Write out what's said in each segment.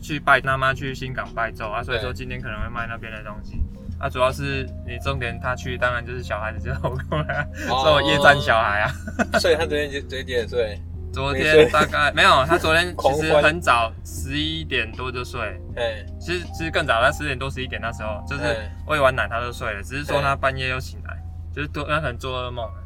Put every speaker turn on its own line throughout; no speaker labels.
去拜妈妈去新港拜咒啊，所以说今天可能会卖那边的东西。啊，主要是你重点他去，当然就是小孩子就走过来，
哦
做夜战小孩啊。
所以他昨天就几点睡？
昨
没
天
睡
大概没有，他昨天
狂
其实
欢
很早，十一点多就睡。
哎，
其实其实更早，他十点多十一点那时候，就是
嗯
喂完奶他就睡了，只是说
嗯
他半夜又醒来，就是多那可能做噩梦了，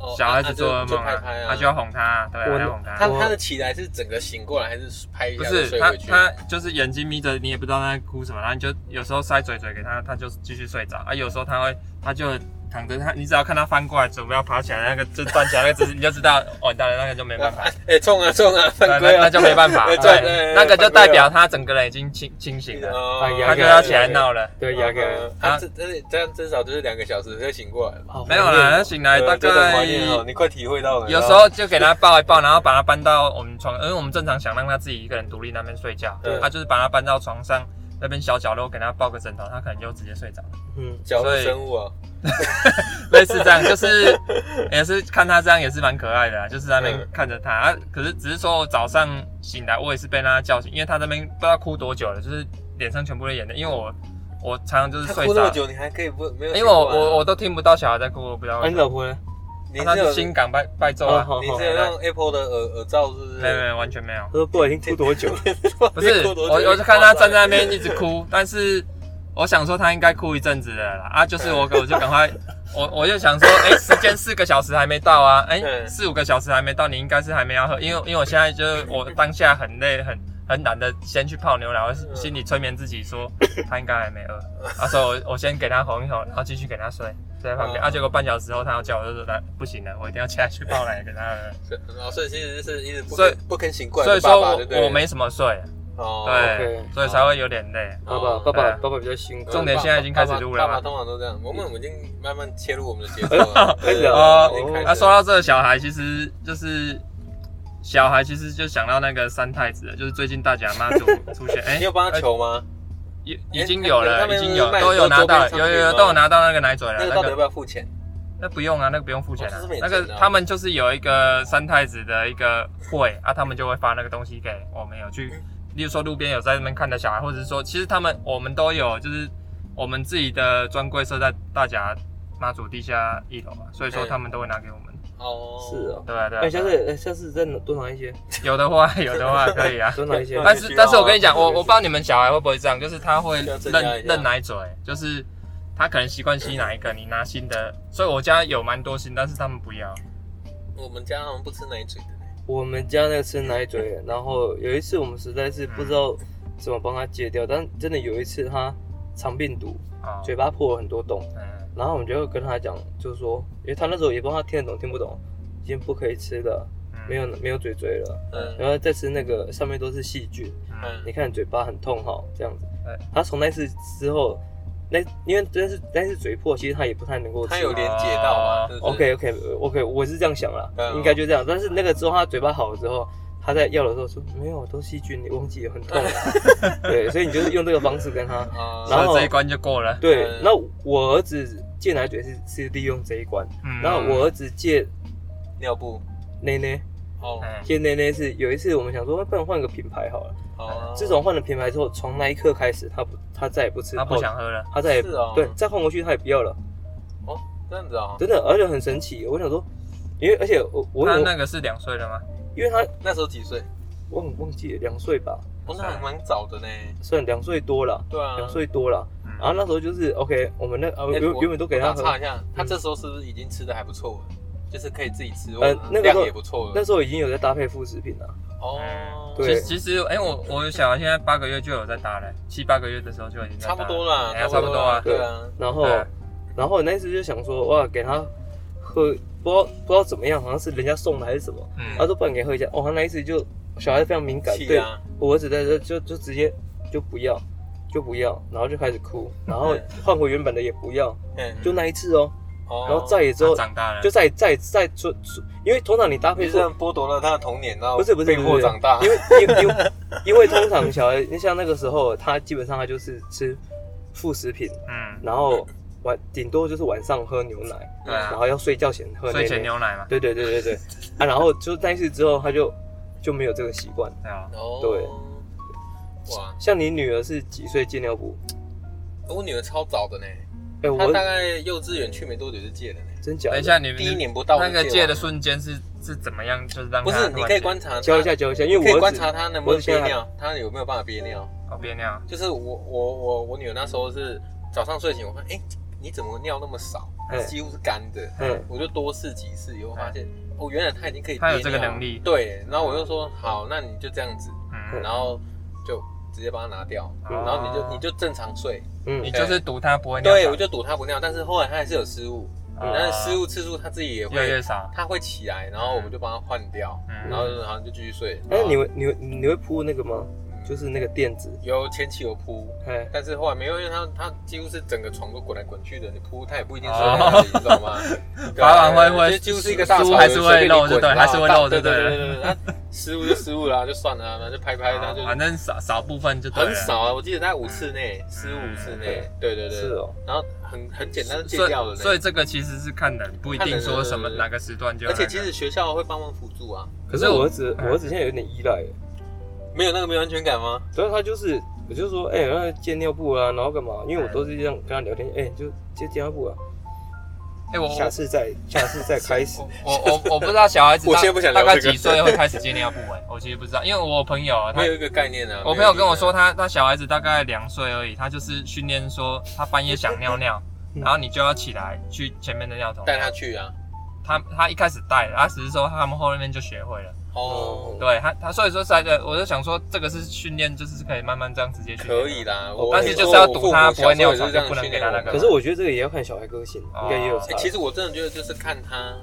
哦
小孩子
啊
做噩
就
梦
就拍拍
啊，
啊，
他就要哄他，对啊，
我
要哄他
他。
我
他的起来是整个醒过来，还是拍一
不
下就是睡
他
回，去？
他就是眼睛眯着，你也不知道他在哭什么，然后你就有时候塞嘴嘴给他，他就继续睡着啊。有时候他会，他就躺着，他你只要看他翻过来准备要爬起来，那个就站起来那个姿势，你就知道完蛋了，那个就没办 法，
哎，冲啊冲啊，
对
犯
那
规啊！
那就没办法，
对
对，
对啊
那个就代表他整个人已经清清醒了，
哦
哎呀
他就要起来闹了。
对，牙给
嗯他这这这样至少就是两个小时才醒过来嘛。
没有啦，他醒来大
这种怀
概
念哦，你快体会
哎
到了。
有时候就给他抱一抱，然后把他搬到我们床，因为我们正常想让他自己一个人独立那边睡觉，
对
他就是把他搬到床上那边小角落，给他抱个枕头，他可能就直接睡着了。
嗯，
角落生物啊，
类似这样，就是也是看他这样也是蛮可爱的啦，啊就是在那边看着他、啊。可是只是说我早上醒来，我也是被他叫醒，因为他那边不知道哭多久了，就是脸上全部的眼泪，因为我我常常就是
他
睡
哭那
着
么，久，你还可以不没有
因
醒
为
过
我
来啊？
我我都听不到小孩在哭，我不知道
啊
为
你
什么。
老婆呢？
哎你
啊他
是
是
有
新港拜拜咒啊，
哦
你是有那种 Apple 的耳耳罩是不是？
没有没有完全没有
他。说不知道已经哭多久 了，
不 是，我我就看他站在那边一直哭， 但是我想说他应该哭一阵子了啦啊，就是我我就赶快，我我就想说，哎、时间四个小时还没到啊，哎、
嗯
四五个小时还没到，你应该是还没要喝，因为因为我现在就是我当下很累很。很懒得先去泡牛奶，我
嗯
心里催眠自己 说他应该还没饿，啊，所以我我先给他哄一哄，然后继续给他睡，在旁边。
嗯
啊，结果半小时后他要叫我，就说来不行了，我一定要起来去泡奶给他喝。
是，老师哦其实是一直不
所以
肯不肯醒过来
所以
的爸
说
爸，
我
对不对
我没什么睡，
哦
对
OK，
所以才会有点累。
爸爸爸爸爸爸比较辛苦，
重点现在已经开始录了
爸爸
吗
通常都这样，我们我们已经慢慢切入我们的节奏 了。
开始了
哦
已经开始
那、
了
说到这个小孩，其实就是小孩，其实就想到那个三太子了，就是最近大甲妈 祖出现，哎、
你有帮他求吗？
已已经有
哎他
了，
们
已经有
卖
都有拿到，有
周边商品吗
有有都有拿到那个奶嘴了，
那个
那
到底要
个
不要付钱？
那不用啊，那个不用付钱啊
哦是免，
那
钱的
个他们就是有一个三太子的一个会啊，他们就会发那个东西给我们有去，
嗯
例如说路边有在那边看的小孩，或者是说其实他们我们都有，就是我们自己的专柜设在大甲妈祖地下一楼嘛，所以说
嗯
他们都会拿给我们，
哦，
是哦。
对啊对啊。对
哎，下
啊
次哎下次再多拿一些，
有的话，有的话可以 啊。
多拿一些。
那
但
必须
是，
要
但是我跟你讲，
啊
我
必须
我不知道你们小孩会不会这样，就是他会
要增加一
认
下
认奶嘴，就是他可能习惯吸哪一个，你拿新的。所以我家有蛮多新，但是他们不要。
我们家好像不吃奶嘴的呢。
我们家那个吃奶嘴，然后有一次我们实在是不知道怎么帮他戒掉，但真的有一次他肠病毒，
哦，
嘴巴破了很多洞，
嗯，
然后我们就跟他讲，就是说，因为他那时候也不知道他听得懂听不懂，已经不可以吃了，
嗯
没有没有嘴嘴了，
嗯
然后再吃那个上面都是细菌，
嗯
你看嘴巴很痛哈，这样子
哎
对。
他从那次之后，那因为真是那是嘴破，其实他也不太能够吃。啊
他有连接到
哦
嘛？是不是
OK OK OK，我是这样想啦，
嗯
应该就这样。但是那个之后，他嘴巴好了之后，他在要的时候说没有，都细菌，你忘记了很痛。啊 对，所以你就是用这个方式跟他。
啊，
然
所
后
以这一关就过了。
对
嗯，
那我儿子戒奶嘴是是利用这一关，
嗯
然后我儿子戒
尿布
奶奶
哦
嗯
戒奶奶是有一次我们想说，不然换个品牌好了。
哦，
自从换了品牌之后，从那一刻开始，他不他再也不吃
他
泡
不想喝了。
他再也、
是哦
对再换过去他也不要了，
这样子啊，
真的，而且很神奇。我想说，因为而且我我
他
有
那个是两岁了吗？
因为他
那时候几岁？
忘忘记了两岁吧，
哦，那还蛮早的呢。
算两岁多了，
对啊，
两岁多了。
嗯
然后那时候就是 OK，我们那啊
哎
原
我
原本都给
我打
他
岔
喝，嗯
一下，他这时候是不是已经吃的还不错了？就是可以自己吃，
呃那个时
量
候
也不错了
那。时候已经有在搭配副食品了。
哦，
其
对
实其实，哎，我我小孩现在八个月就有在打了，七八个月的时候就已经在
差
打
不多啦，
哎呀差不多啊。
对啊，
然后
对
然后我那次就想说，哇，给他喝，不知道不知道怎么样，好像是人家送的还是什么。
嗯
他，说不然给他喝一下，哦，他那一次就小孩非常敏感，
气
对
啊，
我儿子在这就就直接就不要，就不要，然后就开始哭，然后
嗯
换回原本的也不要，
嗯，
就那一次哦，
哦
然后再也之
他
后
长大了，
就再再再做，因为通常你搭
被
配
这
做
样剥夺了他的童年，然后
不是不是
被迫长大
因，为因为因为因为通常小孩，你像那个时候他基本上他就是吃副食品，
嗯，
然后晚顶多就是晚上喝牛奶，
对啊
然后要睡觉前喝
睡
奶
前
奶，
牛奶嘛，
对对对对对，啊，然后就那一次之后他就就没有这个习惯，
对啊。
哦，
对
哇，
像你女儿是几岁戒尿布？
我女儿超早的呢，
哎、
她
我
大概幼稚园去没多久就戒了呢。
真假的？
等一下，你们
第一年不到
嗯那个
就
戒
完
的
了
瞬间是是怎么样？就是让
不
它
是，
突
你
然
可以
间
观察她
教一下，教一下，因为
可
我
以
儿
观
子
察她能不
我儿
能
子现
憋
在还
尿，她有没有办法憋尿。
哦憋尿，
就是我我我我女儿那时候是早上睡醒，我看哎、诶你怎么尿那么少
哎？
几乎是干的。
嗯，
我就多试几次，以后发现哦，原来她已经可以憋
哎她
尿
有这
了。
个能力
对，然后我就说好，那你就这样子，
嗯，
然后就直接把它拿掉，
哦
嗯然后你就你就正常睡。
嗯
你就是赌它不会尿
对，
床
我就赌她不尿，但是后来她还是有失误，
哦
但是失误次数她自己也
越来越
会，
少，
她会起来，然后我们就帮她换掉，
嗯
然后然后就继续睡。
哎，
然后
哦
你会你会你会铺那个吗？
嗯
就是那个垫子，
有前期有铺，
哎，
但是后来没有，因为他他几乎是整个床都滚来滚去的，你扑他也不一定
哦
睡在那里，你知 道吗？对啊
爬完会会
就几乎是一个大
输
草原
还是会漏
随
就
便你滚
对
然
还
后
是会
大
漏就
对
对
对
了
对对对，啊失误就失误啦，就算了，然后就拍拍，然后就
啊哦反正少少部分就对嗯了，
很少啊，我记得在五次内，失误五次内，对对对
是，哦，
然后很很简单的戒
所
掉的
以
呢，
所以这个其实是看人，不一定说什么
看人对对对
哪个时段就
而且
那个
其实学校会帮忙辅助啊，
可
可
是
是
我哎
我儿子我儿子现在有点依赖，
没有那个没有安全感吗？
所以他就是我就说，哎，让他借尿布啊，然后干嘛？因为我都是这样跟他聊天，哎，你就借借尿布啊，
哎我
下次再下次再开 始，
我我我不知道小 孩子
我
大
现在不想
大
聊
概
这个
几岁会开始戒尿布哎，我其实不知道，因为我有朋友他
没有一个概念啊。
我朋友跟我说他，他小孩子大概两岁而已，他就是训练说他半夜想尿 尿，
嗯
然后你就要起来去前面的尿桶
带他去啊，
他他一开始带，他只是说他们后面就学会了。
哦，
对他他所以说在的，我就想说这个是训练，就是可以慢慢这样直接训练。
可以啦，
我
我
但是
就是要赌他
我父母
不会尿床
小时候
就
也
不
是
能
这样训
给
练
他
我
那
们
个
的。
可是我觉得这个也要看小孩个性，
哦
啊应该也有差
欸。其实我真的觉得就是看他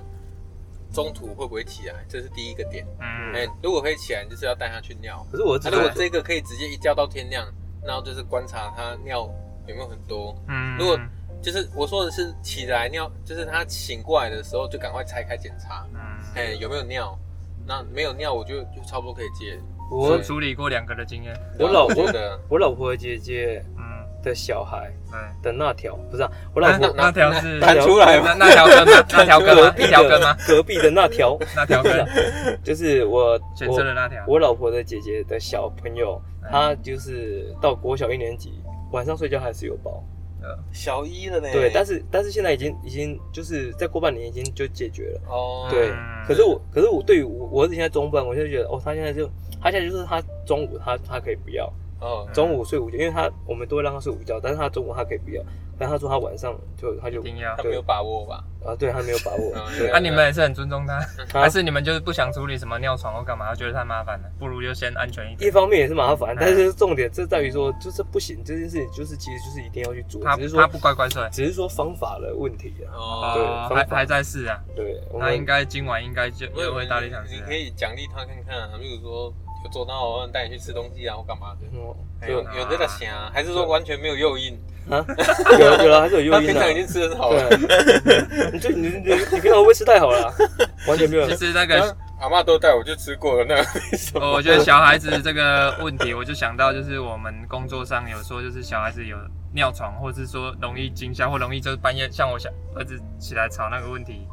中途会不会起来，这是第一个点。
嗯，
哎、如果可以起来，你就是要带他去尿。
可是我儿
啊
哎
子
如
跟
果
我
这个可以直接一觉到天亮，然后就是观察他尿有没有很多。
嗯
如果就是我说的是起来尿，就是他醒过来的时候就赶快拆开检查，
嗯，
哎、有没有尿。那没有尿，我就就差不多可以戒。啊
我
我
处理过两个的经验，
我老
我觉得
我老婆的姐姐
嗯，
的小孩
对，
的那条不是啊，我老
那
婆
那条是
那
弹出来
那
嘛，
那条根吗？那条根吗
隔？
一
壁
条根吗
的？ 隔壁的 那条，
那条
不是
根
啊，就是我
选择
我
的那条。哎
我老婆的姐姐的小朋友，她就是到国小一年级，晚上睡觉还是有包。
小一了呢。
对，但
是
是但是现在已经已经就是再过半年已经就解决了。
哦，
对
嗯，
可是我可是我对于我我儿子现在中班，我就觉得哦，他现在就他现在就是他中午他他可以不要
嗯
哦，
中午睡午觉，因为他我们都会让他睡午觉，但是他中午他可以不要，但他说他晚上就他就
一定要啊
他。没有把握吧？
啊，对他没有把握
嗯，
对
对
那你们也是很尊重他。
啊
还是你们就是不想处理什么尿床或干嘛，觉得太麻烦了，不如就先安全一
一
点。
方面也是麻烦
嗯，
但是重点这在于说，就是不行这件事情，就是其实就是一定要去做，
他
只是
他
说
不乖乖睡，
只是说方法的问题啊。
哦，
哦，
对
还
方法
还在试啊，
对，我
那应
们
该今晚应该就
我
又会大力想啊
你
试
你
了
可。以奖励他看看、啊，比如说有做到，我带你去吃东西啊，或干嘛的。
嗯
哎有
有
有这个想啊，还是说完全没有诱因？
啊，有有了，还是有
啊
他
诱因
平
的
常已。经吃很好了，
对， 你就你你你平常会吃太好了啊， 完全没有
其。实那个哦
跟，阿妈都带我去吃过了，那为什么
我觉得小孩子这个问题，我就想到就是我们工作上有说，就是小孩子有尿床，或是说容易惊吓，或容易就是半夜像我小儿子起来吵那个问题，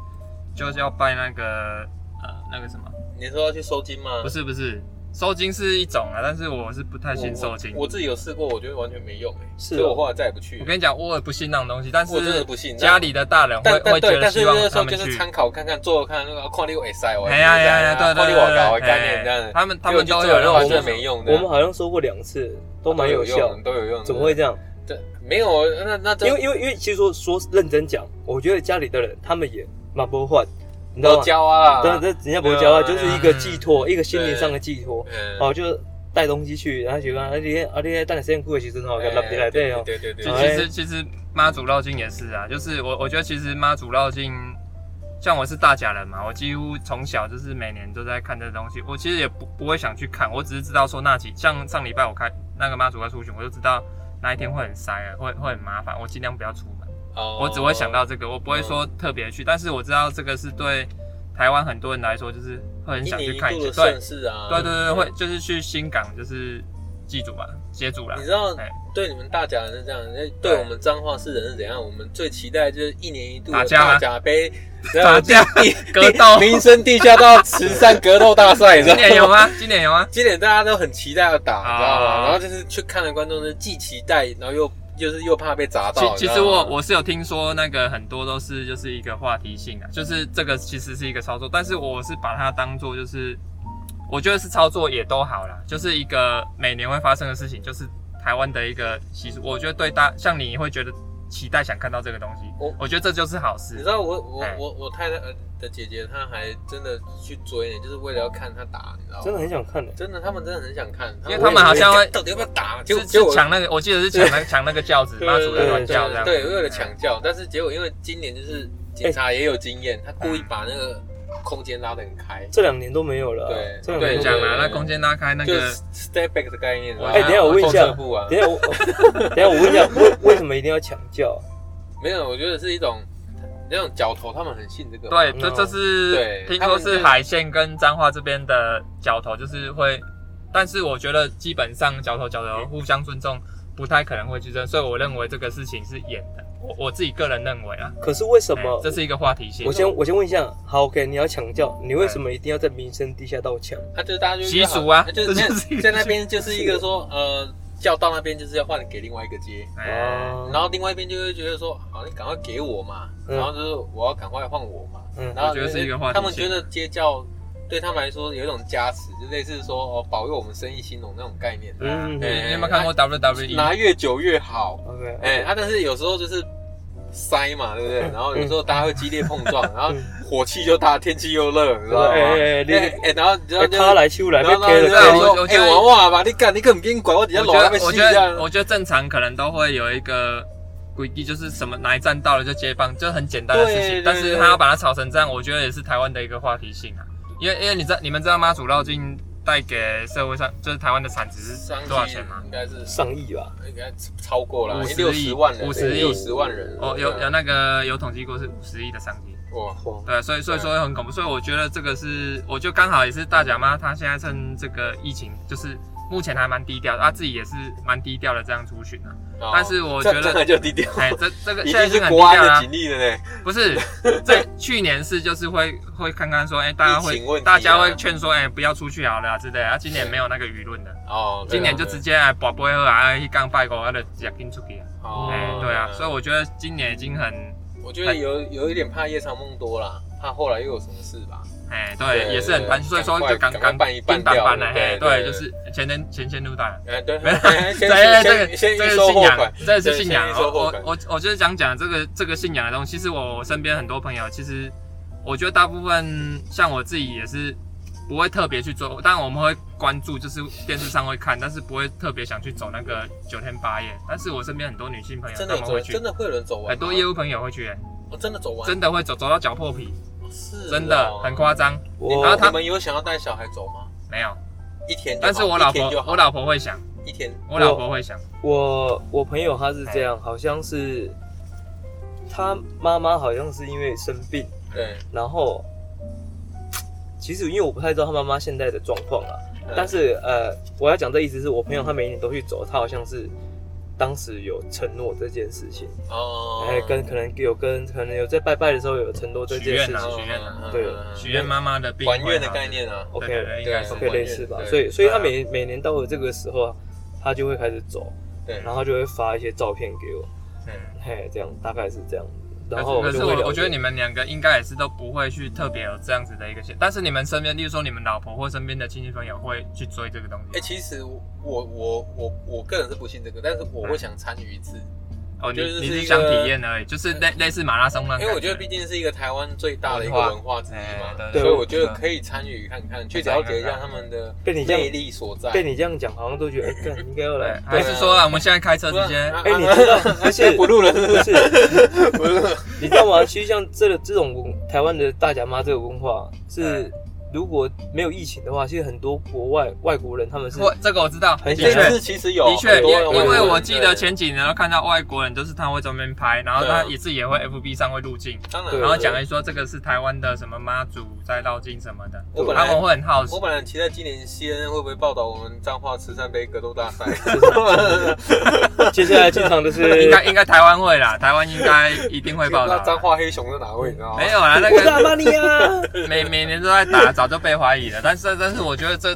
就是要拜那个呃那个什么，
你说要去收金吗？
不是不是，收金是一种啊，但是我是不太
我，
信收金。
我我自己有试过，我觉得完全没用哎，
是
所以
哦
我后来再也不去
我
了。
跟你讲，我也不信那种东西，但
我真的
是
不信
家。里的大人会
但但
会觉
对，
得
但是
希
就
望
是
他
说
们
就是
去。
参考看看，做看那个矿力有 S I，哦
哎呀呀呀，对
矿
对
力
对
啊我搞
对，
概念这
哎
样，
他们他们
结果
都
你
有
做
那
了
种
完全没用的，
我们好像说过两次，都蛮有效
啊用，。都有用的，
怎么会这样？
对，没有，那那这
因为因为因为其实说说认真讲，我觉得家里的人他们也蛮不会换，你知道
都
吗？
教啊，
但这人家不会教啊，
对
就
啊
是一个寄托，一个心灵上的寄托。
嗯
哦，就带东西去，然后就讲，啊，你啊，你带你身躯的时阵吼，给拉起来对哦。
哎对对对
就
哎
其实其实妈祖绕境也是啊，就是我我觉得其实妈祖绕境，像我是大甲人嘛，我几乎从小就是每年都在看这东西，我其实也不不会想去看，我只是知道说那几像上礼拜我开那个妈祖要出巡，我就知道那一天会很塞啊，会会很麻烦，我尽量不要出门，
哦
我只会想到这个，我不会说特别去，但是我知道这个是对台湾很多人来说就是会很
一
想
年
去
一
看一
度
次，
的
对
盛。事啊，
对对对，会就是去新港，就是祭祖嘛，接祖啦
你。知道
哎，
对你们大甲人是这样，那
对
对我们彰化市人是怎样？我们最期待就是一年一度
打
的
架啊
大甲杯，
打架
地
格斗
民生地下道慈善格斗大赛，你知
今年有
道吗？
吗？今年有啊吗？
今年大家都很期待要打，
啊
你知道吗？然后就是去看的观众是既期待，然后又就是又怕被砸到。
其
你
其
知
实
道吗
我我是有听说那个很多都是就是一个话题性啊，就是这个其实是一个操作，但是我是把它当做就是，我觉得是操作也都好啦，就是一个每年会发生的事情，就是台湾的一个习俗。我觉得对大像你会觉得期待想看到这个东西，
我
我觉得这就是好
你
事
知。道我我
哎
我我太太呃的姐姐，她还真的去追呢，就是为了要看她打，你知道吗？
真的很想看的、
真的，他们真的很想看，
因为他们好像会
到底要不要打？结
就
果
是
结
是
果
抢那个，我记得是抢那 个抢那个轿子，妈祖的
乱
软轿这样。
对，为了抢教，但是结果因为今年就是
哎
警察也有经验，他故意把那个空间拉得很开，
这两年都没有了啊、
对
这两
对
年都
讲
没有
嘛，
了
那空间拉开那
就
个
是 step back 的概念。
我
哎等一下我问一下
后撤步啊
等一下我，等一下我 问一下，为为什么一定要抢教？
没有，我觉得是一种那种角头，他们很信这个。
对，
嗯
这这是
对
听
他
说
们
是
是
海线跟彰化这边的角头，就是会，但是我觉得基本上角头角头互相尊重，不太可能会去争，所以我认为这个事情是演的，我我自己个人认为啊，
可是为什
哎
么？
这是一个话题性
我。先我先问一下，好，OK，你要抢教，你为什
哎
么一定要在民生地下道抢？
他就大家就
习俗啊
他就
这
是
就是一个
在那边就是一个说呃。叫到那边就是要换给另外一个接，
哎，
哦
然后另外一边就会觉得说，好，你赶快给我嘛，
嗯
然后就是我要赶快换我嘛，
嗯
然后
我觉得是一个话题性
他们觉得接教对他们来说有一种加持，就类似说哦保佑我们生意兴隆那种概念，
嗯，
嗯
你你有没有
哎
看过 E？
拿
WWE？
越久越好。
嗯
，OK，
哎、啊，但是有时候就是塞嘛，对不对？然后有时候大家会激烈碰撞，
嗯
然后火气就大，天气又热，你知道吗？
哎哎
哎
哎你
哎哎，然后你知道
哎
就
他来修来被
然后
贴
然后
对
就
了
是
我
贴
觉
说，哎，
了，
得
娃娃吧，你干，你根本给你管，我底下
我
楼
觉
还被
得我
吸
觉
这
得
样。
我觉得正常可能都会有一个。轨迹就是什么哪一站到了就接棒，就很简单的事情
对。对
但是
对
他要把它炒成这样，我觉得也是台湾的一个话题性啊。因为因为你知道你们知道妈祖绕境带给社会上就是台湾的产值是
商机
多少钱啊吗？
应该是
上亿吧？
应该超过了
50
六十万人，
50亿
六十万人。
哦，有有那个有统计过是五十亿的商机，
哇，
哇，
对，啊所以
啊
所以说很恐怖。所以我觉得这个是，我就刚好也是大甲妈，她现在趁这个疫情，就是目前还蛮低调的，啊她自己也是蛮低调的这样出巡啊。
哦
但是我觉
这
得
样，就低调，
哎，这这个
一
现在
定
已经
是
很低
国安
调啊啦、
的警力的呢。
不 是，在去年是就是会会看看说，哎、大家
疫
会
情问题啊
大家会劝说，哎、不要出去好了啊之类的。啊，今年没有那个舆论的，
哦，对
今
啊
年就直接哎，宝贝二啊，一杠拜狗，啊，就直接跟出去了。
哦
哎、对啊，所以我觉得今年已经很，
我觉得有有一点怕夜长梦多啦，怕后来又有什么事吧。
哎、对，
对
也是很担心，所以说就
赶
赶
快赶快办一办
跟板板了，
掉
哎，
对
对，
对
就是前天前先入袋。
哎，对，
没有
先
对，
先
这个
先
这
先
个
预
是
收
信
货
仰
款，，
这是信仰
对。先
我
预收货
我
款
我我就是想讲这个这个信仰的东西。其实我我身边很多朋友，其实我觉得大部分像我自己也是不会特别去做，当然我们会关注，就是电视上会看，但是不会特别想去走那个九天八夜。但是我身边很多女性朋友，
真
她们
的有走，
会去
真，的会有人走完吗，
很多业务朋友会去、欸
哦，真的走完，哦
真的会走走到脚破皮，
是
真的很夸
张。
张。
你
然后
我
他
你们有想要带小孩走吗？
没有，
一天就好，
但是我老
一天就
婆
好嗯
我老婆会想，
一天
我老婆会想，
我我朋友他是这样，好像是他妈妈好像是因为生病，
对，
然后其实因为我不太知道他妈妈现在的状况啊，
嗯
但是呃，我要讲这意思是我朋友他每一年都去走，他好像是当时有承诺这件事情，
哦，
哎、跟可能有跟可能有在拜拜的时候有承诺这件
许
事
愿啊
情
许愿啊
嗯
对
嗯嗯
许愿妈妈的病
还愿的
会好
概念啊，
，OK
对对对应该是
对
会
OK 类似吧，
对
所以所以他
对啊
每每年到了这个时候啊，他就会开始走，
对，
然后就会发一些照片给我，
嗯
嘿，这样大概是这样，
可
然
是
后
可是
就会了解
我我觉得你们两个应该也是都不会去特别有这样子的一个现，但是你们身边，例如说你们老婆或身边的亲戚朋友会去追这个东
哎，
西。
其实我我我我个人是不信这个，但是我
嗯
会想参与一次，
哦，你
我觉得这
你
是
是
一个哎
想体验而已，就是类类似马拉松那种感觉。
因为我觉得毕竟是一个台湾最大的一个
文化
文化之一嘛，
哎对
所以
对
我觉得可以参与看看，去了解一下他们的
被你这样
魅力所在。
被你这样讲，好像都觉得哎，干应该要
对
来，，
还是说啊，我们现在开车直接
不然啊
哎，你知道不是
不录了， 是不
不
是？
是，
不是，
你知道吗？其实像这这种文台湾的大甲妈这个文化，是如果没有疫情的话，其实很多国外外国人他们是
我这个我知道，
很
的
想
确
这次其实有
的确，
很
因
多
为因为我
对
记得前几年看到外国人，就是他会专门拍，然后
对啊
他也是也会 FB 上会入境，
当然
对
然后讲
了。
一说这个是台湾的什么妈祖在绕境什么的，
我本
他
来
们会很好奇
我。本来很期待今年 CNN 会不会报道我们彰化慈善杯格斗大 赛，
接下来经常都是
应该应该台湾会啦，台湾应该一定 会报
那
道
彰
啦。
化黑熊是哪位？你知道吗？
没有啦，那
我是阿
个
玛尼亚，
每每年都在打，早就被怀疑了。但是但是我觉得这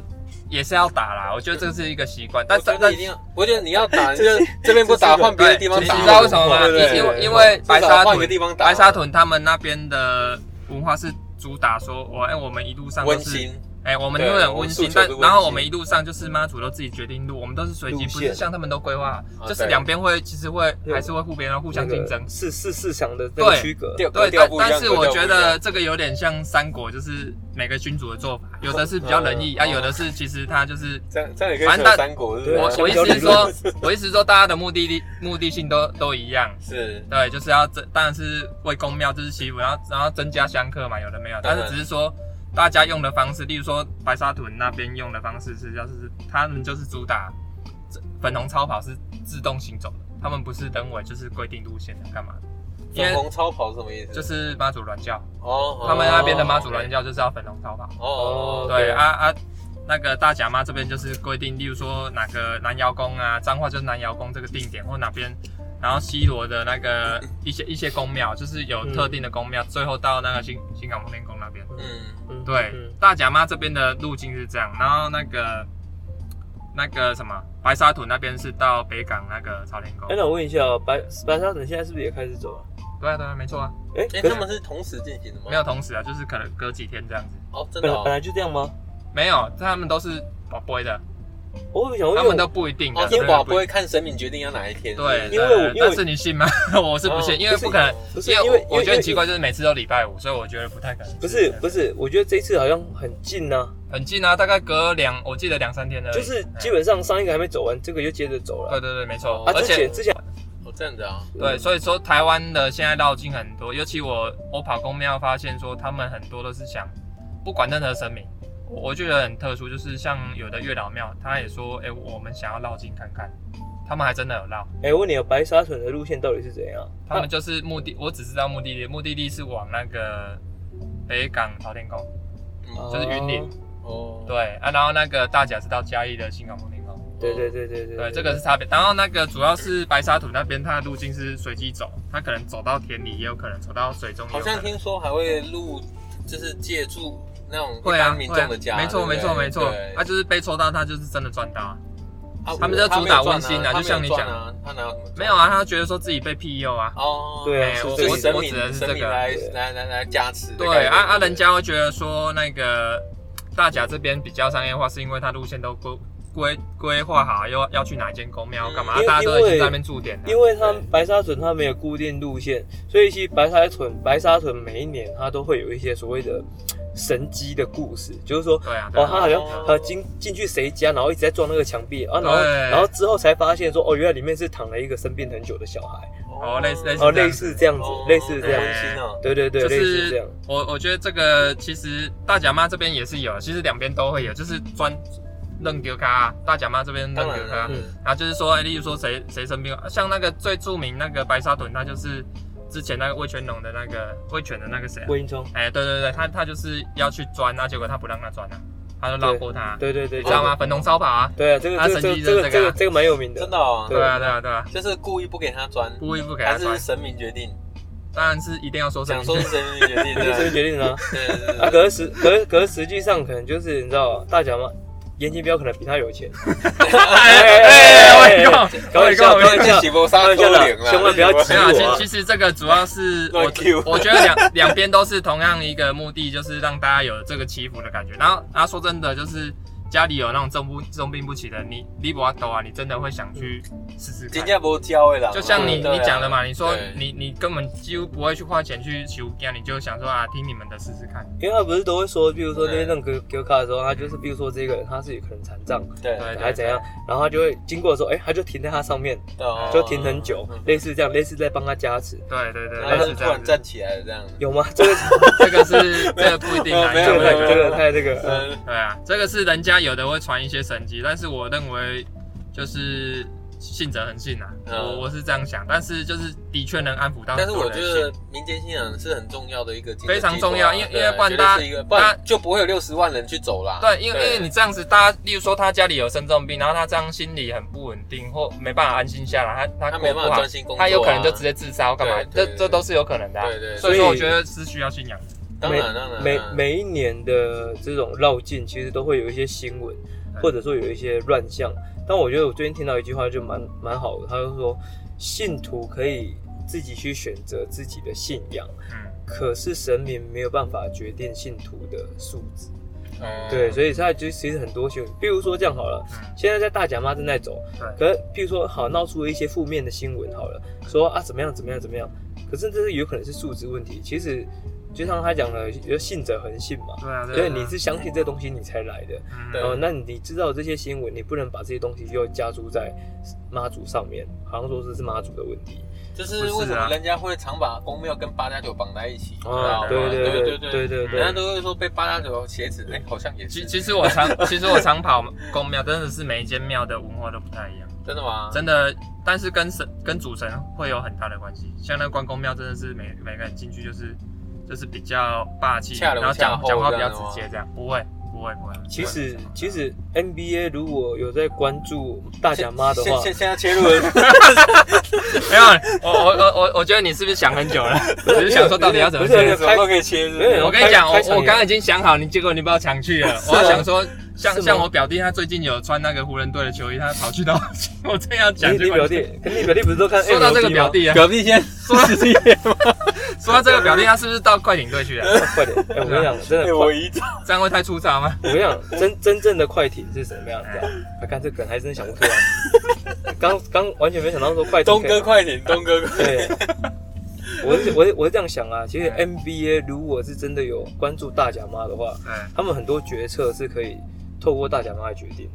也是要打啦，我觉得这是一个习惯。但
我
但
觉
但
得一定要，我觉得你要打，你就这边不打，换别的地方
你
打。
知道为什么吗？
对对对
因为
对
因为白
至少
沙
换一个
屯
地方打
白沙屯他们那边的文化是主打说，我哎我们一路上都
温
是
馨？
哎我们
对
都很
我们
温
诉
馨
求，
但
是温馨
然后我们一路上就是妈祖都自己决定路，我们都是随机，
路
不
线
是像他们都规划，
啊
就是
对
两边会其实会
对
还是会互别人互
互
相竞争。
是是四强的那个区 隔，
调
对，
格调
但
不一样
但是我觉，
格调不一
得
样
这个有点像三国，就是每个君主的做法，有的是比较仁义
嗯
啊，
嗯
有的是其实他就是
这样这样也可
反
以
正
扯
大
三国，是不
对
是？
啊
我
先
我意
不要
思
理
是
论
说，我意思是说，大家的目的地 目的性都都一样，
是
对，就是要增，当然是为公庙就是祈福，然后然后增加香客嘛，有的没有，
当
但
然
是只是说大家用的方式，例如说白沙屯那边用的方式是，就是他们就是主打这粉红超跑是自动行走的，他们不是人为就是规定路线的干嘛的，因
粉
为
红超跑是什么意思？
就是妈祖銮教，
哦，
他们那边的妈祖
哦
銮教就是要粉红超跑，
哦，
哦
对
对
啊啊。那个大甲妈这边就是规定，例如说哪个南窑宫啊，彰化就是南窑宫这个定点，或哪边，然后西罗的那个一些一些宫庙，就是有特定的宫庙，最后到那个新新港奉天宫那边。
嗯，
嗯
对，啊
嗯
大甲妈这边的路径是这样，然后那个那个什么白沙屯那边是到北港那个朝天宫
哎，。那我问一下哦，白白沙屯现在是不是也开始走了？
对啊对啊，没错啊，
哎，
哎，
可
他
是
们是同时进行的吗？
哦
没有同时啊，就是可能隔几天这样子。
哦，真
本
的
来本
哦，
来就这样吗？
没有，他们都是宝贝的，
我想问，
他
因为
们都不一定的。
哦，天
真的
宝
不
不
一
会看神明决定要哪一天，
对，
是不是
因为
对
我因为
但是你信吗？ 我是不信，
哦
因为不可能，
不是
因为
因为
我我觉得很奇，怪，
因为
就是每次都礼拜五，所以我觉得不太可能。
不是不是，我觉得这一次好像很近呐，
很近啊，大概隔两，我记得两三天的，
就是基本上上一个还没走完，这个又接着走
对
了。嗯
对对，没错，
啊，
而
之
且
前之前
哦，这样子啊，
对，所以说台湾的现在绕境很多，尤其我我跑公庙发现说，他们很多都是想不管任何神明。我我觉得很特殊，就是像有的月老庙，他也说，哎、我们想要绕境看看，他们还真的有绕，
哎，我问你哦，白沙屯的路线到底是怎样？
他们就是目的，我只知道目的地，目的地是往那个北港朝天宫，
嗯
哦
就是云林
哦，
对啊，然后那个大甲是到嘉义的新港风天宫，
对对对对对
对，这个是差别。然后那个主要是白沙土那边，它的路径是随机走，它可能走到田里，也有可能走到水中，也
好
有可
像
能
听说还会录，就是借助那种一
会啊，
般
会
民
啊
众的家，
没错
对
没
不
错
对
没错
对，
他就是被抽到，他就是真的赚到啊，
啊
他们就主打温馨啊
他没有
就像你
赚啊，他哪有什么赚？
没有啊，他觉得说自己被庇佑啊，
哦，
对啊
哎
是
我
所
这
以
个
神
我我
明
指的是
神
这
明
个，
来
对
来来来加持的概念，
对啊啊，
对
人家会觉得说那个大甲这边比较商业化，是因为它路线都规规规划好，又要去哪间公庙干嘛，
嗯
啊
因为
大家都已
因为
经在那边驻点了
因。为它
对
白沙屯它没有固定路线，所以其实白沙屯白沙屯每一年它都会有一些所谓的神机的故事，就是说
对啊，对
哦，他
啊，
好像
哦
他进进去谁家，然后一直在撞那个墙壁啊，然后
对
然后之后才发现说，哦，原来里面是躺了一个生病很久的小孩，
哦类似类是这
哦，
样子
类似这样子，类似这
对，
样
温馨啊，
对对对，
就
类似这
是
样，
我我觉得这个其实大甲妈这边也是有，其实两边都会有，就是专扔丢咖，大甲妈这边
当
扔
然
丢
了
咖，
嗯，
然后就是说，哎例如说谁谁生病，像那个最著名那个白沙屯，他就是之前那个魏全龙的那个魏全的那个谁啊、
魏应冲，
哎，对对对，他他就是要去钻，那结果他不让他钻啊，他就绕过他，
对对对，
你知道吗？？粉红烧跑啊，
对啊，这
他神
个这个这
机
个
就是这个啊
这个这个这个蛮有名的
真，的哦，
对
对啊对啊对啊，
就是故意不给他钻，
故意不给他
还是
钻，
神明决定，
当然是一定要说什
想
么，
说是神明决定
这是
的，
决定的啊，
对对对对，
啊，可是实可是可是实际上可能就是你知道大脚嘛，严金彪可能比他有钱，
哎哎，我讲，
开玩笑
我讲
开玩笑
这是不杀
开玩笑
多
啦
零啦，
千万不要
没
急
有
我
啊，
啊
其其实这个主要是我
乱 Q
我觉得两两边都是同样一个目的，就是让大家有这个祈福的感觉。然后，然后说真的，就是家里有那种重不重病不起的，你你不要抖啊，你真的会想去试试
金
看。
价不教的啦，
就像你
对啊
你讲的嘛，你说
对
你你根本几乎不会去花钱去求家，你就想说啊，听你们的试试看。
因为他不是都会说，比如说那些那种给给卡的时候，他就是比如说这个人他是有可能残障
对
对
还是怎样，然后他就会经过的时候，哎，他就停在他上面，
哦
就停很久
嗯，
类似这样，类似在帮他加持，
对对对，
然后
类
他
似
突
这样
然
子。
站起来了这样，
有吗？这个
这个是这个不一定 啊，
没
这
有
个
因为
哦没
太
有
这个太这个，嗯
嗯，
对啊，这个是人家有的会传一些神迹，但是我认为就是信者恒信啊，
嗯
我我是这样想，但是就是的确能安抚到
但
很
是
多
我
人
觉
的心，
得民间信仰是很重要的一个精神
非常
寄托啊
重要因为
对
因为不然
绝对
大家
是一个不然就不会有六十万人去走啦。
对，因为因为你这样子，大家例如说他家里有生重病，然后他这样心里很不稳定，或没办法安心下来，他
他
他
没
过
办
不好
法专，心工作啊，
他有可能就直接自杀或干嘛这
对，对对
这都是有可能的啊。
对对对
所以说，
所以
我觉得是需要信仰的。
当然当然
每
当然
每一年的这种绕境，其实都会有一些新闻，
对
或者说有一些乱象。但我觉得我最近听到一句话就蛮蛮好的，他就说信徒可以自己去选择自己的信仰，
嗯，
可是神明没有办法决定信徒的素质。
嗯
对，所以他就其实很多新闻，比如说这样好了，
嗯
现在在大甲妈正在走，
对，
可是譬如说好闹出了一些负面的新闻好了，说啊怎么样怎么样怎么样，可是这是有可能是素质问题。其实就像他讲的，有信者恒信嘛，
对啊，嗯
对，嗯你是哦相信这东西你才来的。
对
对
然后，那你知道这些新闻，你不能把这些东西又加注在妈祖上面，好像说这是妈祖的问题。
就是为什么
啊
人家会常把公庙跟八加九绑在一起？
啊，
你知道
对
吗
对
对
对对对
嗯
人家
对，
都会说被八加九挟持，哎，好像也
其
是
其实我常 其实我常跑公庙，真的是每一间庙的文化都不太一样，
真的吗？
真的。但是跟神跟主神会有很大的关系。像那关公庙，真的是每每个人进去就是就是比较霸气，
恰龙
然后
恰
讲
后
讲话
这
比较
样
直
的吗
接，这样不会不会不会。
其
不会
实其实 NBA 如果有在关注大甲妈的话，
现现现在切 入了，
没有，我我我我我觉得你是不是想很久 了？只是想说到底要怎么
不是
接
不。
什么都可以切入。
没 有
我跟你讲，我
开开场
我
也
刚刚已经想好你，结果你把我抢去了。我要想说，像
是吗
像我表弟，他最近有穿那个湖人队的球衣，他跑去到 我这样讲，
你
结
你
果
表弟，可你表弟不是都看 MLB
说
吗？
到这个表弟啊，
表弟先 说是这 样，
说到这个表弟，他是不是到快艇队去了？
快点！哎，我跟你讲，真
哎
的，
我
快，
一
这样会太粗 糙吗？
我跟你讲，真真正的快艇是什么样子啊？我看这梗还真想不出来，刚刚完全没想到说快艇
东
可以
哥快点，东哥快点，
对，我是我是我是这样想啊，其实 NBA 如果是真的有关注大甲妈的话，
对，
他们很多决策是可以透过大甲妈来决定。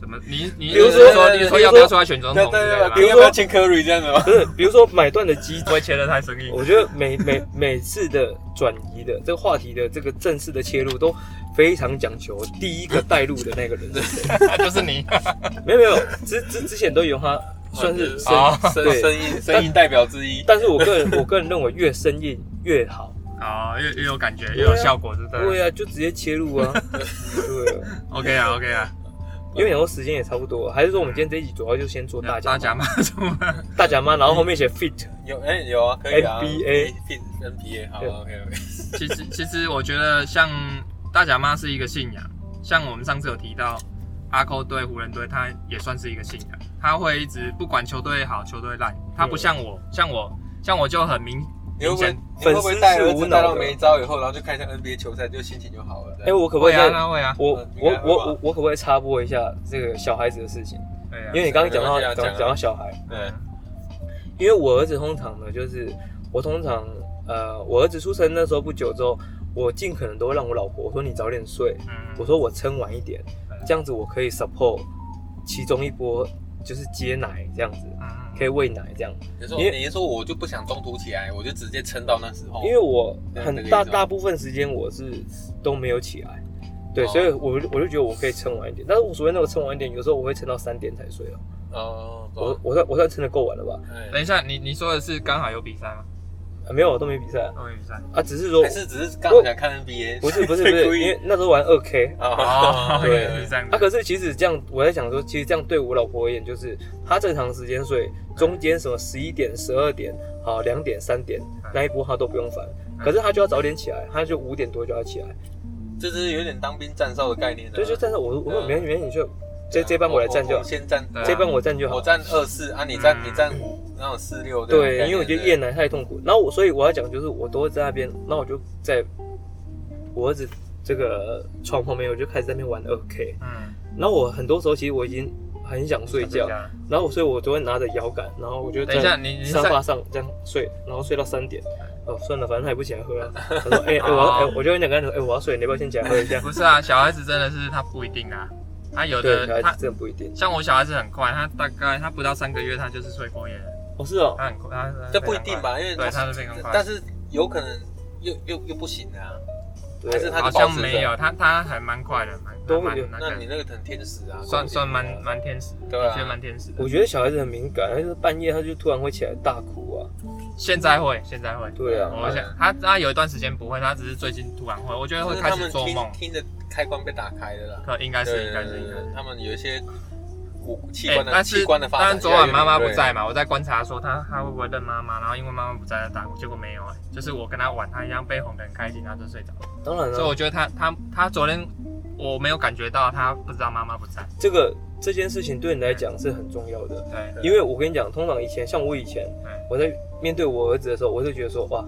怎么你你
比如
你是
说
你是
比如说
说要不要出来选总
对
统之类
对
的
对，
吗？
你要不要签科瑞这样子吗？
不是，比如说买断的机 制
不，会切得太生硬。
我觉得每每每次的转移的这个话题的这个正式的切入都非常讲求第一个带入的那个人是谁。
就是你，
没有没有，之之之前都有他算是深
哦，
声声音声音代表之一。
但是我个人我个人认为越生硬越好。
好，越越哦有感觉，越有效果，对不对
对啊，就直接切入啊。对啊。
？OK 啊，OK 啊，
因为然后时间也差不多，还是说我们今天这一集主要就先做大
大
家
家
妈
嘛，怎么办
大甲妈，然后后面写 fit，
有哎有啊，可以啊
NBA
NBA 好啊
对
OK OK。
其实其实我觉得像大甲妈是一个信仰，像我们上次有提到阿扣队、湖人队，他也算是一个信仰，他会一直不管球队好球队烂，他不像我，像我像我就很明
你会
明
不会
显，
你会不会带儿子带到没
粉
招以后，然后就看一下 NBA 球赛，就心情就好了？
哎，我可不可
会
以
啊，
再
那会啊，
我
嗯
我
应该会
我
吧
我我可不可以插播一下这个小孩子的事情？
对啊
因，为你刚刚讲到
没关系啊
讲
讲啊
讲到小孩，
对，
因为我儿子通常呢，就是我通常呃，我儿子出生那时候不久之后，我尽可能都会让我老婆说你早点睡，
嗯
我说我撑晚一点，这样子我可以 support 其中一波就是接奶这样子，
嗯
可以喂奶这样。
你说
因为
你说我就不想中途起来，我就直接撑到那时候。
因为我
那
很
个
大
意思吗
大部分时间我是都没有起来，对，
哦
所以我就我就觉得我可以撑晚一点。但是我所谓那个撑晚一点，有时候我会撑到三点才睡哦。
哦，哎
我我算我算撑的够晚了吧？
嗯等一下，你你说的是刚好有比赛吗？
啊、没有，我都没比赛啊
都没比赛。
啊，只是说
还是只是刚好想看 NBA，
不是不 是不
故
是，因
意
为那时候玩二 K
啊？
对
是这样
啊。
子。
可是其实这样，我在想说，其实这样对我老婆而言，就是她正常时间睡，中间什么十一点、十二点、好两点、三点那一波她都不用烦，可是她就要早点起来，她就五点多就要起来。
就是有点当兵站哨的概念啊。
就是但是我我说
嗯
没没你就这这班我来站就
我
好
我，先站，
对啊
这班我站就好
我。站二四啊，你站
嗯
你站五，然后四六这样的概
对，
念。
因为我觉得夜奶太痛苦。然后我所以我要讲就是我都会在那边，那我就在我儿子这个床旁边，我就开始在那边玩二 K。
嗯，啊
然后我很多时候其实我已经很想睡觉，然后我所以我就会拿着摇杆，然后我就
等一下，
在
你你
沙
上
发上这样睡，然后睡到三点。哦，算了，反正还不起来喝 啊。他说：“哎、哎我要，哎、我就跟两个人说，哎、我要睡，你要不要先起来喝一下
不是啊，小孩子真的是他不一定啊，他？”有
对，
的
小孩
他
子真的不一定。
像我小孩子很快，他大概他不到三个月他就是睡过夜了，
哦，是哦，
他很快，他他
这不一定吧？因为
对，他是非常快，
但是有可能又又又不行的啊。
对
还是他
好像没有，他他还蛮快的，蛮
都
蛮
有
那
那你
个
那个很天使啊，
算算蛮蛮天使，
对
的
啊
确蛮天使的。
我觉得小孩子很敏感，他就是半夜他就突然会起来大哭啊。
现在会，现在会，
对啊，
我想他他有一段时间不会，他只是最近突然会，我觉得
就
会
是
开
他
始
们
做梦
听，听的开关被打开的啦。
可应该是
对
应该是应该是。
他们有一些骨器
哎
官，的
但
器
是
官的发
当
展。
然昨晚妈妈不在，嘛，我在观察说他他会不会认妈妈，然后因为妈妈不在他打呼，结果没有、哎，就是我跟他玩，他一样被哄得很开心，他就睡着了。
当然了、啊
所以我觉得他他他昨天我没有感觉到他不知道妈妈不在，
这个这件事情对你来讲是很重要的，
对，
因为我跟你讲，通常以前像我以前
嗯，
我在面对我儿子的时候，我就觉得说，哇，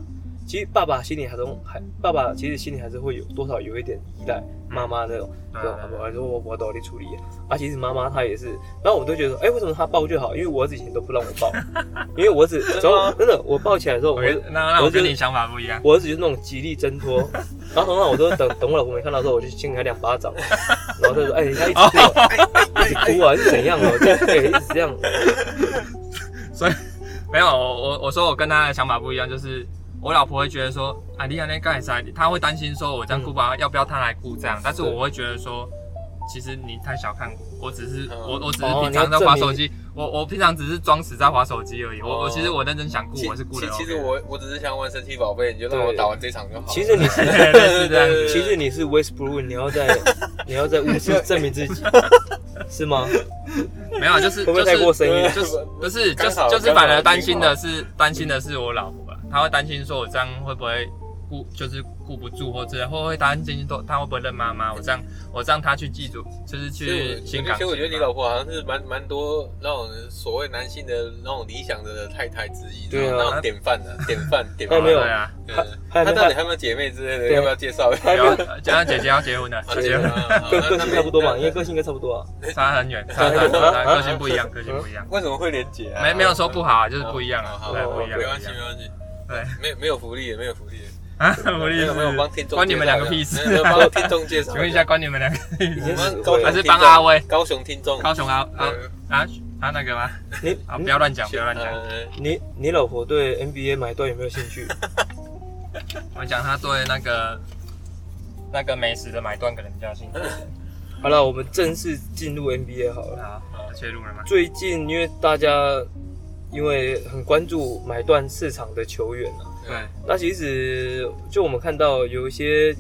其实爸爸心里还中还，爸爸其实心里还是会有多少有一点依赖
嗯
妈妈那种，
对啊
对啊吧？我儿子我我都要你处理啊，啊，其实妈妈她也是，然后我都觉得说，哎，为什么她抱就好？因为我儿子以前都不让我 抱，因为我儿子，然后真的我抱起来的时候，我
我
儿
跟
子
那那我
我就
跟你想法不一样，
我儿子就是那种极力挣 脱，然后通常我都等等我老婆没看到的时候，我就先给他两 巴掌，然后他就说：“哎、人家一
哦
直哭啊，
哎
一直哭啊，是怎样啊？”我就哎、一直
哦
这样，
没有我我我说我跟他的想法不一样，就是。我老婆会觉得说，啊，你安那干啥？她会担心说，我这样顾吧，要不要她来顾这样？但是
嗯对
我会觉得说，其实你太小看我，我只是
嗯
我我只是
哦
平
你要
常在划
证明
手机，我我平常只是装死在划手机而已。我我
哦
其实我认真想顾，
其
我是顾
其
的。
其实我我只是想玩神奇宝贝，你就让
对
我打完这场就好了。
其实你 是，
对对是这样子，
其实你是 Westbrook，你要在你要在巫师证 明自己，是吗？
没有，就是
会不会
就
太
是
过生硬？
就是不是，就
刚
是
好
就是
刚好
反而
听
担心
话
的是担心的是我老婆啊，她会担心说我这样会不会顾就是顾不住，或者会会担心说她会不会认妈妈，我这样我这样她去记住，就是
所以
去
我
情
而
感。
且我觉得你老婆好像是蛮蛮多那种所谓男性的那种理想的太太之一，
对啊
那种典范的典范典
还
范。
没有
对啊，
对
还
她
还
到底
还
还有没有姐妹之类的？
对
要不要介绍一下？
还
然
没
后讲姐姐要结婚了，
啊
结婚
个
个
个性 差不多嘛，因为个性应该差不多啊。
差很远，差很远，差个性不一样，个性不一样。
为什么会连结啊？
没没有说不好啊，就是不一样
好
啊，
好
对，
好
不一样，
没
不
关
一
系
样
没关系，
对
没没有福利也没有福利，
啊，我的
没
意
有没有帮
思
听
是
众
关你们
介绍
两个屁事
一下没有没 有帮听众介绍一下。
请问一下，关你们两个屁
已
事
经
我
死
们高
灰
雄
还
了。
是帮阿威
高雄听众，
高雄啊啊
呃
啊啊那个吗？
你
啊，不
你
要乱讲，不要乱
嗯
讲。
呃
你你老婆对 NBA 买断有没有兴趣？
我讲他对那个那个美食的买断可能比较兴趣。
嗯好了，我们正式进入 NBA 好了。
好，要啊切入了吗？
最近因为大家因为很关注买断市场的球员啊，
对，
那其实就我们看到有一些，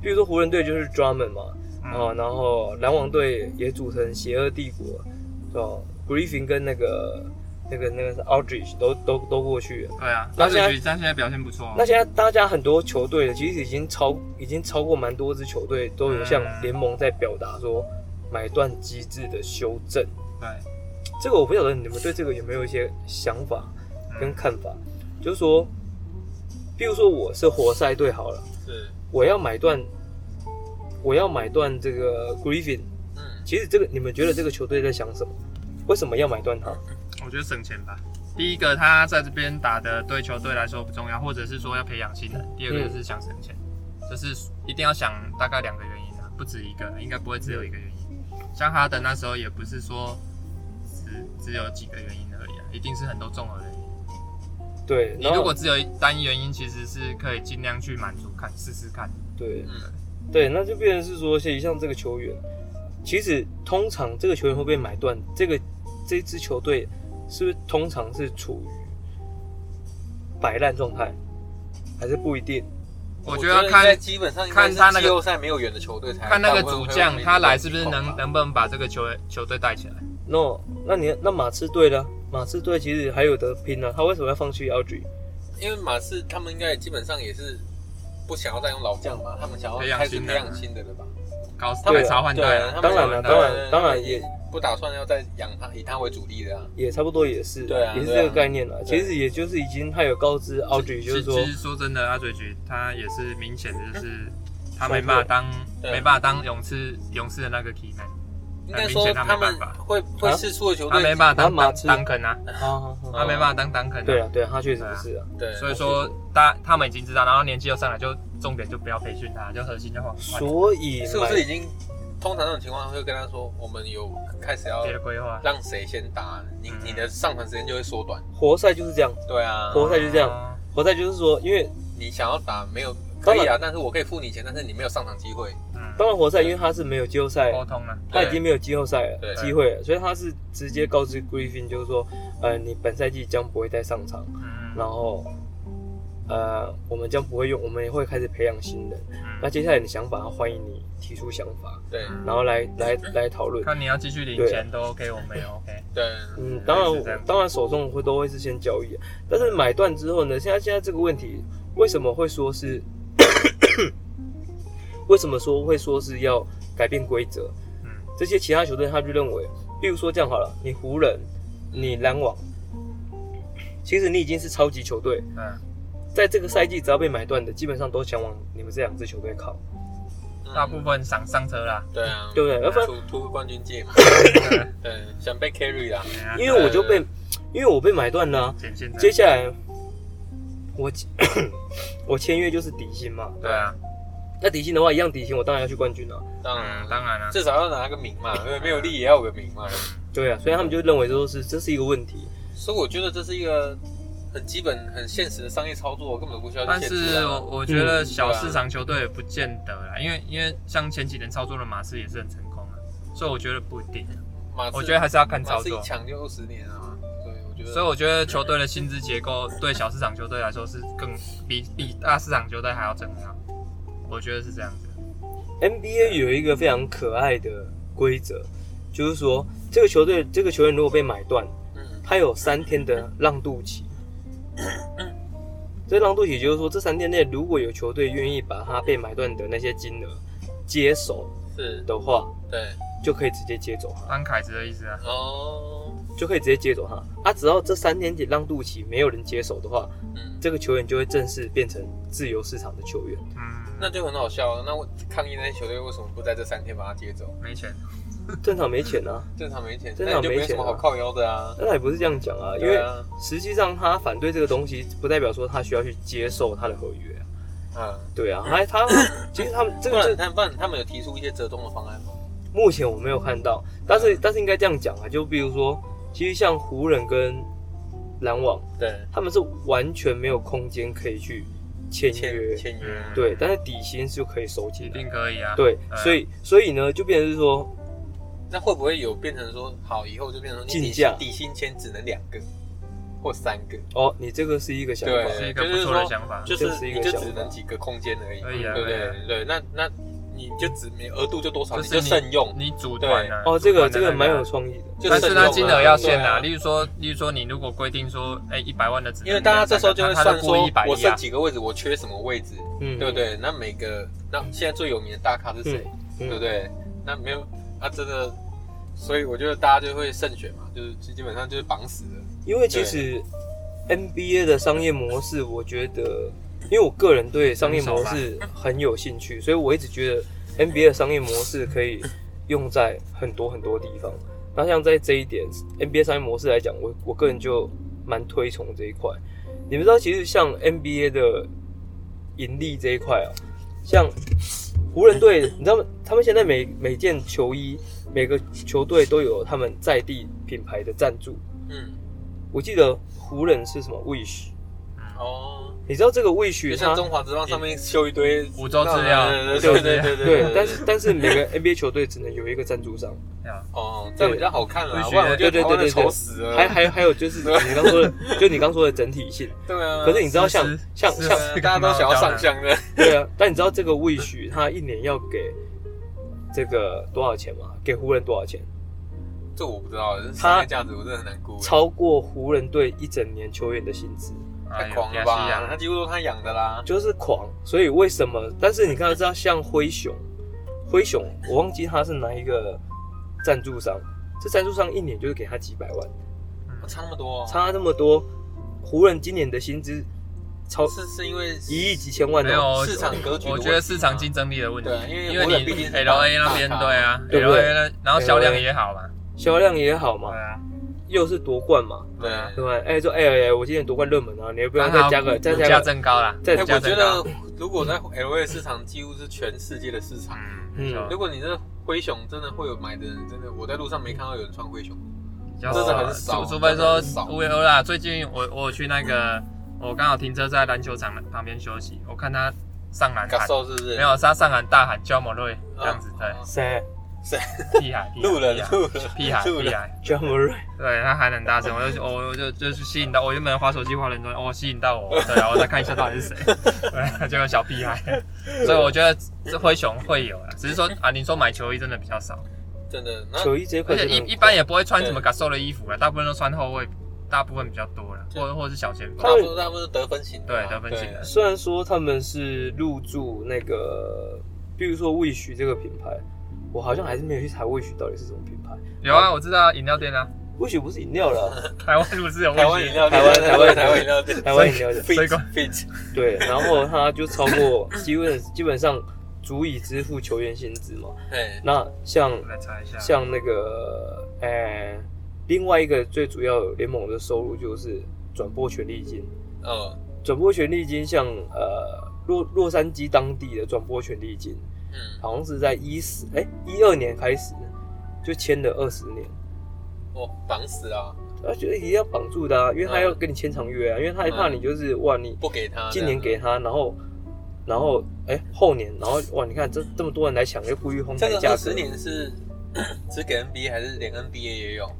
比如说湖人队就是 Drummond 嘛，
嗯，
哦，然后篮网队也组成邪恶帝国，哦，Griffin 跟那个那个那个是 Aldridge 都都都过去了。
对啊，
那
那
现在
这局他现在表现不错哦。
那现在大家很多球队其实已经超已经超过蛮多支球队都有向
嗯
联盟在表达说买断机制的修正。
对，
这个我不晓得你们对这个有没有一些想法跟
嗯
看法，就是说，比如说我是活塞队好了，
是
我要买断，我要买断这个 Griffin。
嗯，
其实这个你们觉得这个球队在想什么？为什么要买断他？
我觉得省钱吧。第一个，他在这边打的对球队来说不重要，或者是说要培养新人。第二个
嗯
就是想省钱，就是一定要想大概两个原因啊，不止一个，应该不会只有一个原因。像哈登那时候也不是说只只有几个原因而已啊，一定是很多综合的原因。
对，
你
然后
如果只有一单一原因，其实是可以尽量去满足看试试看。
对
嗯
对，那就变成是说，其实像这个球员，其实通常这个球员会被买断，这个这支球队是不是通常是处于摆烂状态，还是不一定？
我觉
觉
得要
应
看
该基本上应该
看
是
他那个
季后赛没有远的球队才
看那个
才会
主
会
将
会啊
他来是不是
有这种
能
情况吧
能不能把这个球球队带起来？
no，那你那马刺队呢？马刺队其实还有得拼呢、啊他为什么要放弃 Aldry？
因为马刺他们应该基本上也是不想要再用老将嘛，他们想要
培养
开始
新
培
的
养新的了吧？
搞
他
改
们
朝换代
对
啊，
他们
当然
了，
了，
对
当
对
然当然
对
也
不打算要再养他，以他为主力的啊。
也差不多也是，
对啊
也是
对啊
这个概念了。
对
其实也就是已经他有告知 Aldry，就是
其
说
其实说真的，阿嘴局他也是明显的就是他没办法当
对
没办法当勇士勇士的那个 key man，
应该说他们会会试出的球
啊他
队
没办法当
马
当
刺
当肯啊，
啊，
啊
他没办法当当肯啊。
对啊，对啊，他确实不是啊，
对，
所以说大他们已经知道，然后年纪又上来，就重点就不要培训他，就核心就换换
所以
是不是已经通常这种情况会跟他说，我们有开始要
别的规划。
让谁先打，你
嗯
你的上场时间就会缩短。
活塞就是这样？
对啊，
活塞就这样
哦
活塞就是说，因为
你想要打没有可
当然
以啊，但是我可以付你钱，但是你没有上场机会。
嗯，
当然活塞因为他是没有季后赛，
沟通了，啊
他已经没有季后赛
对
了机会了，所以他是直接告知 Griffin 就是说，呃，你本赛季将不会再上场，
嗯，
然后呃，我们将不会用，我们也会开始培养新人。
嗯
那接下来你想法，欢迎你提出想法，
对
嗯
然后来来来讨论。
看你要继续领钱都 OK，我们也 OK。
对，
嗯，
对
当
是这样
然，当然手中会都会是先交易啊，但是买断之后呢？现在现在这个问题，为什么会说是？ 为什么说会说是要改变规则？
嗯
这些其他球队他就认为，比如说这样好了，你湖人，你篮网，其实你已经是超级球队，
嗯，
在这个赛季只要被买断的，基本上都想往你们这两支球队靠，
嗯
大部分上上车 啦，
对啊，
对不对？要不然，
突突破冠军 戒嘛，
对
对，想被 carry 啦，
啊
因为我就被，因为我被买断了啊、
捡现在，
接下来我 我签约就是底薪嘛，
对啊，
那底薪的话一样底薪，我当然要去冠军啊了、
当然
嗯，当然了，
至少要拿个名 嘛，因为没有力也要有个名嘛。
对啊，所以他们就认为说是这是一个问题，
所以我觉得这是一个很基本、很现实的商业操作，根本不需要
但
去限制
是我
啊。
我觉得小市场球队也不见得啦，因为因为像前几年操作的马刺也是很成功啊，所以我觉得不一定，啊
马刺
我觉得还是要看
马
操
刺一
作。
抢就二十年啊，所以我觉得，
所以我觉得球队的薪资结构对小市场球队来说是更比比大市场球队还要重要，我觉得是这样子。
NBA 有一个非常可爱的规则，就是说这个球队这个球员如果被买断，
嗯，
他有三天的让 渡期。这让渡期就是说，这三天内如果有球队愿意把他被买断的那些金额接手
是
的话，
对，
就可以直接接走他，
安凯子的意思啊，
哦，
就可以直接接走他。啊，只要这三天的让渡期没有人接手的话，
嗯，
这个球员就会正式变成自由市场的球员。
嗯，
那就很好笑啊。那我抗议那些球队为什么不在这三天把他接走？
没钱，
正常没钱啊，
正常没钱，
正
那
常
你就没
没
什
钱
么
啊
好靠腰的啊。
但他也不是这样讲啊，因
对
为
啊
实际上他反对这个东西，不代表说他需要去接受他的合约啊。
嗯，
对啊，还他其实他们这
不
个
然
这
他不然他们有提出一些折中的方案吗？
目前我没有看到，但是但是应该这样讲啊，就比如说，其实像湖人跟篮网，
对，
他们是完全没有空间可以去签约
签，签约，
嗯
对，但是底薪是可以收
一
紧的，
定可以啊。
对，
嗯
所以所以呢，就变成是说，
那会不会有变成说，好以后就变成说你
竞
底薪
价
底薪签只能两个或三个？
哦，你这个是一个想
对
是一
法，
个不错的想法。
就是
这是一
你
个
就
想
只
法
能几个空间而已，
可以啊
对不
可以啊
对？对，那那你就只没额度就多少，
就
你
是
就慎用。
你组团啊。
哦，这个这个蛮有
组
创意的，
就
团的那个，但是它金额要限
慎用啊
啊。例如说，例如说，你如果规定说，哎，一百万的只能
因为大家这时候就会算
他他
说
故意摆，
我
一
剩
啊，
几个位置，我缺什么位置，
嗯，
对不对？那每个那现在最有名的大咖是谁，
嗯
对不对？那没有啊，真的，所以我觉得大家就会慎选嘛，就是基本上就是绑死的。
因为其实 NBA 的商业模式，我觉得，因为我个人对商业模式很有兴趣，所以我一直觉得 NBA 的商业模式可以用在很多很多地方。那像在这一点 NBA 商业模式来讲，我我个人就蛮推崇这一块。你们知道，其实像 NBA 的盈利这一块啊，像湖人队，你知道吗？他们现在每每件球衣，每个球队都有他们在地品牌的赞助。
嗯，
我记得湖人是什么 Wish，
哦，
你知道这个
就
Wish
像
它
中华职棒上面修一堆
五洲资料
对
五
对
洲资
对
料
对
对，但是但是每个 NBA 球队只能有一个赞助商，
哦，这样比较好看啦，
对
不然我觉得
对对对
台湾人
对对
丑死了。
还还还有就是你刚说的，就你刚说的整体性。
对啊，
可是你知道像
是是
像
是
像
大家都想要上香的，
对啊，但你知道这个 Wish 它一年要给这个多少钱吗？给湖人多少钱？
这我不知道，这商业价值我真的很难估，
超过湖人队一整年球员的薪资，
哎
太狂了
哎
吧？他几乎都他养的啦，
就是狂。所以为什么？但是你看，知道像灰熊，灰熊我忘记他是哪一个赞助商，这赞助商一年就是给他几百万。
差那么多，
差那么多，湖人今年的薪资超
是是因为
一亿几千万
没
的
有
哦，
市场格局的问题吗，啊
我觉得市场竞争力的问题，
对啊因为
因为
微软
你
毕竟是
L A
大
那边
大咖
对啊
对不
，L
对
A 那然后销量也好嘛，
销量也好嘛
对，啊，
又是夺冠嘛，
对啊。
对吧？哎，说哎哎，哎我今年夺冠热门啊，你要不要
刚
再
好
加个再
股价
加个？
增高啦，
再
哎，
股
我
价
觉
增
得
高，
如果在 L A 市场几乎是全世界的市场。
嗯，
嗯
没错
如果你这灰熊真的会有买的人，真的我在路上没看到有人穿灰熊。
比较
真的
很少
啊除除非说
真的很少
乌维欧啦。啊最近我我有去那个，我刚好停车在篮球场旁边休息，我看他上篮
感
喊，
受是不是？啊
没有，是他上篮大喊 j a m 瑞这样子，
哦
对，
谁
屁孩，屁孩
路人
屁孩
路人
屁孩，
路
屁
人，
孩，
j a m r
对他喊得很大声，我就我我就就是吸引到，我原本划手机划了很多，哦，吸引到我，对啊，我再看一下到底是谁， 对，结果小屁孩，所以我觉得这灰熊会有啦，只是说啊，你说买球衣真的比较少，
真的。那
球衣这一块
啊而且
真的
一
很
一般
贵
也不会穿什么
对
g a s o 的衣服啊了，大部分都穿后卫，大部分比较多了，或或者是小前锋
大，部分大部分是得分型的嘛，
对得分型的
虽然说他们是入驻那个，比如说 Wish 这个品牌，我好像还是没有去查 Wish 到底是什么品牌。
有啊，我知道啊饮料店啊，
Wish 不是饮 料啦，
台湾不是有
对台湾饮料店，
台湾台湾
台湾饮料店
台湾饮料的。
所以
，fit fit，
对，然后它就超过基本基本上足以支付球员薪资嘛。
哎，
那像
我来查一下，
像那个呃，另外一个最主要联盟的收入就是转播权利金。
哦，
转播权利金像呃洛洛杉矶当地的转播权利金，
嗯，
好像是在一四哎一二年开始就签了二十年，
哦，绑死啊，
他觉得一定要绑住的啊，因
嗯
为他要跟你签长约啊，因为他害怕你就是哇你
不给他，
今年
这样
给他，然后然后哎、后年，然后哇你看这这么多人来抢，又呼吁哄抬
这个
价
二
格
十。年是 只给 NBA 还是连 NBA 也有？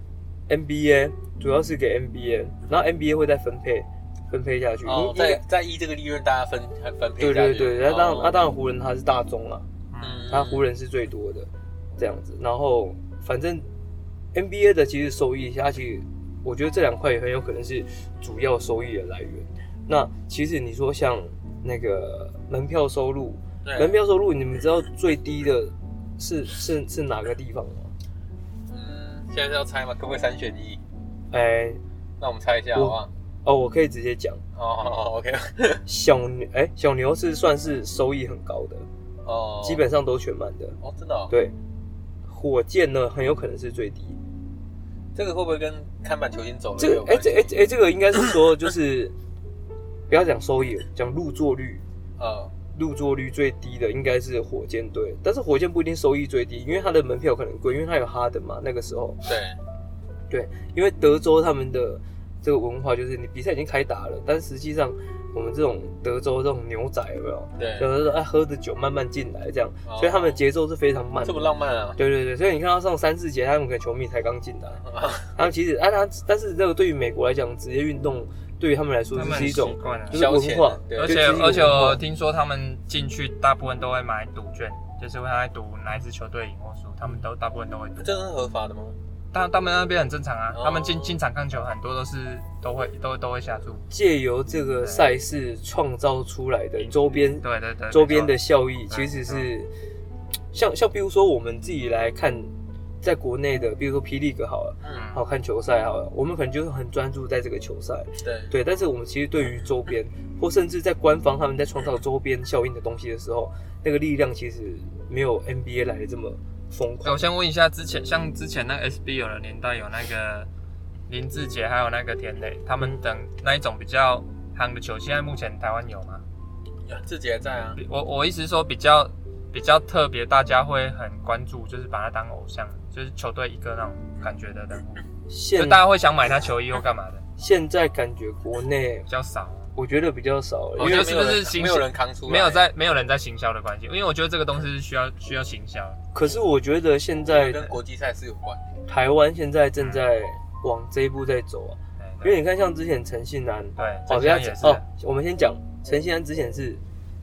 NBA 主要是给 NBA，然后 NBA 会再分配分配下去，
哦，
应应
在
该
在依这个利润大家分分配
对
下
对
去
对，那当然
哦
那当然湖人他是大宗啊。
嗯，
他湖人是最多的这样子。然后反正 NBA 的其实收益，它其实我觉得这两块也很有可能是主要收益的来源。那其实你说像那个门票收入，
对
门票收入你们知道最低的是是是哪个地方吗？
嗯，现在是要猜吗？可不可以三选一？
哎、
那我们猜一下好不好？
哦，我可以直接讲，
哦好好，OK，
小牛哎、小牛是算是收益很高的，
哦，
基本上都全满的。
哦，真的哦，
对，火箭呢很有可能是最低。
这个会不会跟看板球星走了
这个
有
哎、
关系
这哎、这哎、这个应该是说就是 不要讲收益，讲入座率，
呃，
入座率最低的应该是火箭队，但是火箭不一定收益最低，因为它的门票可能贵，因为它有哈登嘛，那个时候，
对，
因为德州他们的这个文化就是你比赛已经开打了，但实际上我们这种德州这种牛仔有没有？
对
就是说哎喝着酒慢慢进来这样，
哦
所以他们的节奏是非常慢
这
的
么。浪漫啊！
对对对，所以你看到上三四节，他们可能球迷才刚进来，他们其实啊，他但是这个对于美国来讲，职业运动对于他们来说
他们
是一种
习惯了
就。是
消
文
遣
化，
对
而
就
且
是一种
而且
文
我
化
听说他们进去大部分都会买赌券，就是会来赌哪一支球队赢或输，他们都大部分都会赌。
这是合法的吗？
但他们那边很正常啊，
哦
他们进进场看球很多都是都会都都会下注。
借由这个赛事创造出来的周边
对对对，
周边的
没错
效益，其实是像像比如说我们自己来看，在国内的，比如说霹雳哥好了，
嗯，
好看球赛好了，我们可能就是很专注在这个球赛，
对，
对，但是我们其实对于周边，或甚至在官方他们在创造周边效应的东西的时候，那个力量其实没有 NBA 来的这么疯
哎我
狂。
先问一下，之前像之前那个 SBL 的年代有那个林志杰，还有那个田磊，他们等那一种比较夯的球，现在目前台湾有吗？
呀自己还在啊，
我我意思是说比较比较特别，大家会很关注，就是把他当偶像，就是球队一个那种感觉的人物，
嗯
就
现
大家会想买他球衣或干嘛的，
现在感觉国内
比较少。
我觉得比较少，因
我
为
觉
因
得
为
是不是行
没有人扛
嗯
出来，
没有在没有人在行销的关系，因为我觉得这个东西是需要需要行销的。
可是我觉得现在
跟国际赛事有关，
台湾现在正在往这一步在走啊，因
哎对
为你看像之前陈信安，
对，
哦，
好
不要
像也
讲
是
哦，我们先讲陈信安之前是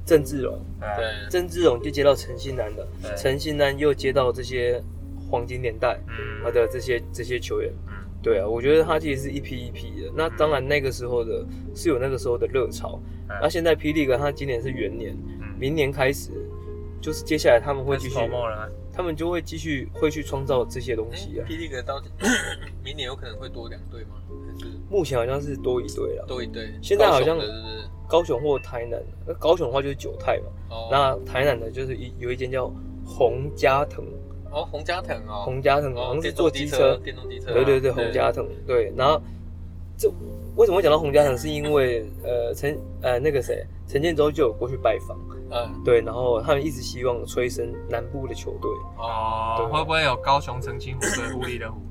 郑志龙，
对，啊
对，
郑志龙就接到陈信安的，
对
陈信安又接到这些黄金年代
嗯，
啊的这些这些球员，
嗯，
对啊，我觉得他其实是一批一批的。那当然那个时候的是有那个时候的热潮，
嗯
那现在霹雳哥他今年是元年，
嗯
明年开始就是接下来他们会
会
继
去
续
泡沫了吗？
他们就会继续会去创造这些东西啊。
霹雳哥到 明年有可能会多两队吗？还是
目前好像是多一队了，
多一队？
现在好像
高雄的是不是？
高雄或台南。那高雄的话就是九泰嘛，
哦，
那台南的就是一有一间叫洪家腾，
哦洪家腾哦，
洪家
哦
腾好像是
电
做
动机
机车，
电动机车啊，
对对对，洪家腾对。然后这为什么会讲到洪家腾，是因为呃陈呃那个谁陈建州就有过去拜访，
嗯
对，然后他们一直希望催生南部的球队。
哦
对，
会不会有高雄澄清湖对互利的 湖？
嗯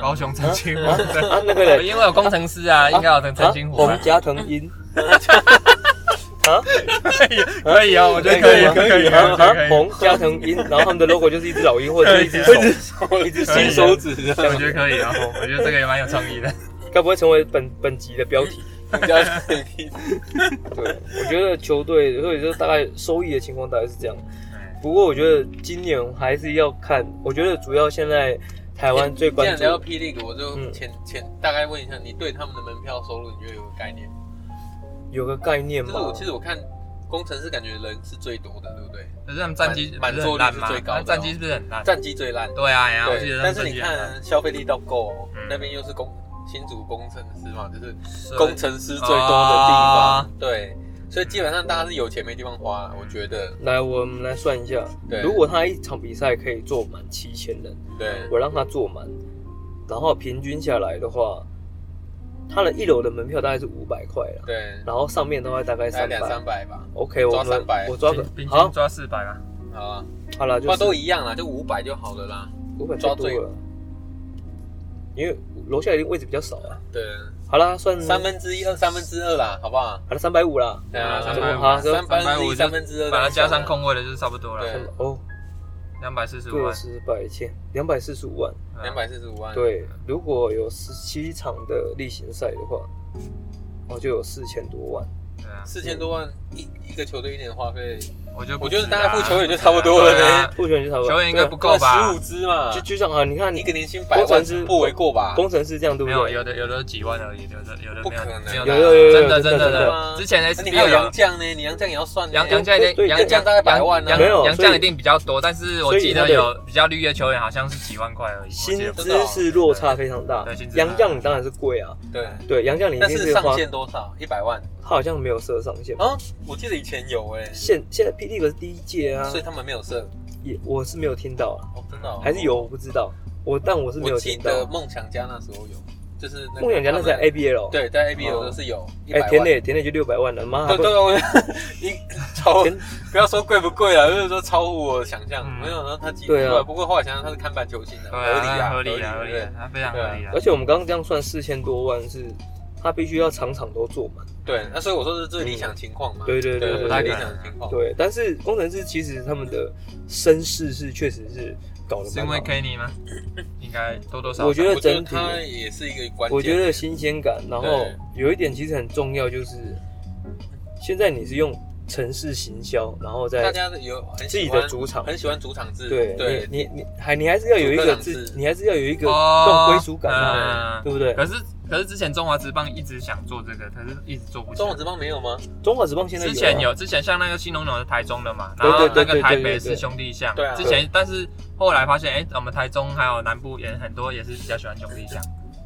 高雄澄清湖
啊
对，
啊，那 个人
因为有工程师啊，应该有澄澄清湖吧
啊
洪？家腾英，
可以哦，我觉得可以，
吗
可以，
啊
可以
啊，
可以，
洪家腾英，然后他们的 logo 就是一只老鹰或者是一只
可
手
以，
哦 一只
可以
新手 指这
对我
样，
觉得可以哦，我觉得这个也蛮有创意 的。
该不会成为本本集的标题？
洪家腾 一 只
对，我觉得球队或者就是大概收益的情况大概是这样。不过我觉得今年还是要看，我觉得主要现在台湾最
既
关
然
注
聊到霹雳哥，我就
嗯
前前大概问一下，你对他们的门票收入，你觉得有个概念吗？
有个概念
就是我
嘛
其，实我看工程师感觉人是最多的，对不对？
可是他们战绩
满
不是很烂吗
满座率是最高的哦
战绩是不是很烂？
战绩最烂，
对啊，哎呀，我记得。
对
他们
但是
战
你
绩很烂。
看啊消费力到够哦
嗯，
那边又是工新竹工程师嘛，就是
是
工程师最多的地方
啊，
对，所以基本上大家是有钱没地方花，我觉得，
来我们来算一下，
对，
如果他一场比赛可以坐满七千人，
对
我让他坐满，然后平均下来的话，他的一楼的门票大概是五百块了，
对，
然后上面的话大概
大概
三
哎两
百
三。百吧，
OK，我
抓
们
300
我抓个
平平
好
啊
均，抓四百吧。
好啊，
好了，就
话
是
都一样啦，就五百就好了啦，
五百
抓
多
最
了，因为楼下一定位置比较少啊。
对，
好啦，算
三分之一二三分之二啦，好不好？
好了，三百五啦。
对
啊
怎么
350
好啊？
三分之
350
一三分之二，
把它加上，空位的，就是差不多了，
对
哦，
两百四十五
个
万。
十百千，两百四十五万。
嗯
两百四十五万，
对，如果有十七场的例行赛的话，哦，就有四千多万。
对啊，
四千多万一一个球队一年的花费，
我觉得不
我觉得
止
大概
啊
付球员就差不多了
对啊
球员就差不多，
球员应该不够
十
吧
五？支嘛，
就就像啊，你看
一
你
个年薪百万是不为过吧？
工程师这样对不
没有，
对？
有的有的几万而已，有的有的
不
没有
可能
没有
有
到
有
有有
真的
真的
真的
真
的
之前
那
S
你
B
还有啊
有
杨绛呢，你杨绛也要算呢
杨杨将一定
对
杨
杨绛大概百万啊
杨
没有
杨
所以
将一定比较多，但是我记得
所以他
有比较绿叶球员好像是几万块而已。我记
薪
得
资是落差非常大
对薪。资
杨绛你当然是贵啊，
对，
对，杨绛你一
但
定
是
是
上
花，
限多少？一百万
他好像没有设上限。
啊？我记得以前有哎，
现现在 P D 可是第一届啊
所以，他们没有设
也我是没有听到啊，
哦，真的哦
还是有我不知道，我但我是没
我
有
记
听
得
到。
梦想家那时候有，就是个
梦想家那是在
他们
A B L，，
对，在 A B
哦
O 都是有一百
哎，
万。
田磊田磊就六百万了，妈还
对
啊不
对，我 一超
田
不要说贵不贵啊，就是说超乎我想象。
嗯
没有，然后他几
对啊
不过后来想想他是看板球星的，
对
合理
啊，
啊，
合理啊，合
合
理
理
啊，他非常合理啊
而。且我们刚刚这样算四千多万是，他必须要场场都坐满。
对，那所以我说是最理想情况嘛。
对对对
对，
对
不太
对
理想的情况。
对，但是工程师其实他们的身世是确实是搞得
是因
蛮好
为
的。
Kenny 吗？应该多多少少。
我觉得
我觉得
整体
他也是一个关键。
我觉得新鲜感，然后
对
有一点其实很重要，就是现在你是用城市行销，然后
大
在
家有很
自
喜
己
欢
的主场，
很喜欢主场制。
对
对
你你你还你还是要有一
主客
个
场
自
制，
你还是要有一个这种
哦
归属感啊，
嗯
对不对？
可是可是之前中华职棒一直想做这个，可是一直做不起
中
来
华。职棒没有吗？
中华职棒现在
之前
有啊
有，之前像那个新农牛是台中的嘛，
对
然后
对对
那
对
个
对
台
对对
北是兄弟象
对啊，
之前但是后来发现，哎，我们台中还有南部也很多也是比较喜欢兄弟象，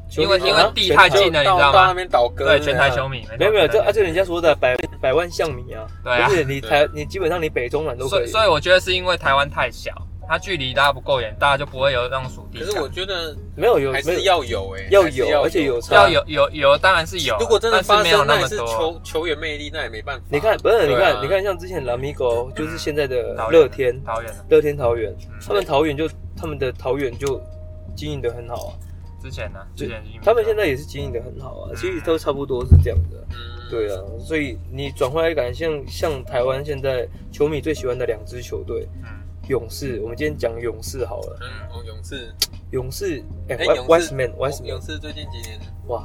球
因为
迷
因为
啊
地
全
太
台
近了你
到
知道吗
到那边倒戈，
对，全台
对啊
球迷
没有没有，这啊
对
这人家说的百百万象迷啊，
对啊
不是你台你基本上你北中南都
所
可
以
以。
所以我觉得是因为台湾太小，它距离大家不够远，大家就不会有那种属地
可
感。
是我觉得
没有有
还
没
是
有
要有哎，
要
还是
有，而且有。差。
要有有有，当然是有，
如果真的
但
发
是没有
生，
那
那也
么
是
多。
球球员魅力，那也没办法。
你看，不是你
对啊
看你看，像之前蓝米狗就是现在的
桃园
乐天，
桃园的，
乐天桃园，他
嗯，
们桃园就他们的桃园就经营的很好啊，
之前呢，之前已经
他们现在也是经营的很好啊，
嗯
其实都差不多是这样的。
嗯，
对啊，所以你转回来感，像像台湾现在球迷最喜欢的两支球队，
嗯
勇士，我们今天讲勇士好了，
嗯，哦，勇士，
勇士，哎
哎
，Wise-
勇士
，Wiseman
哦
Wiseman，
勇士最近几年
哇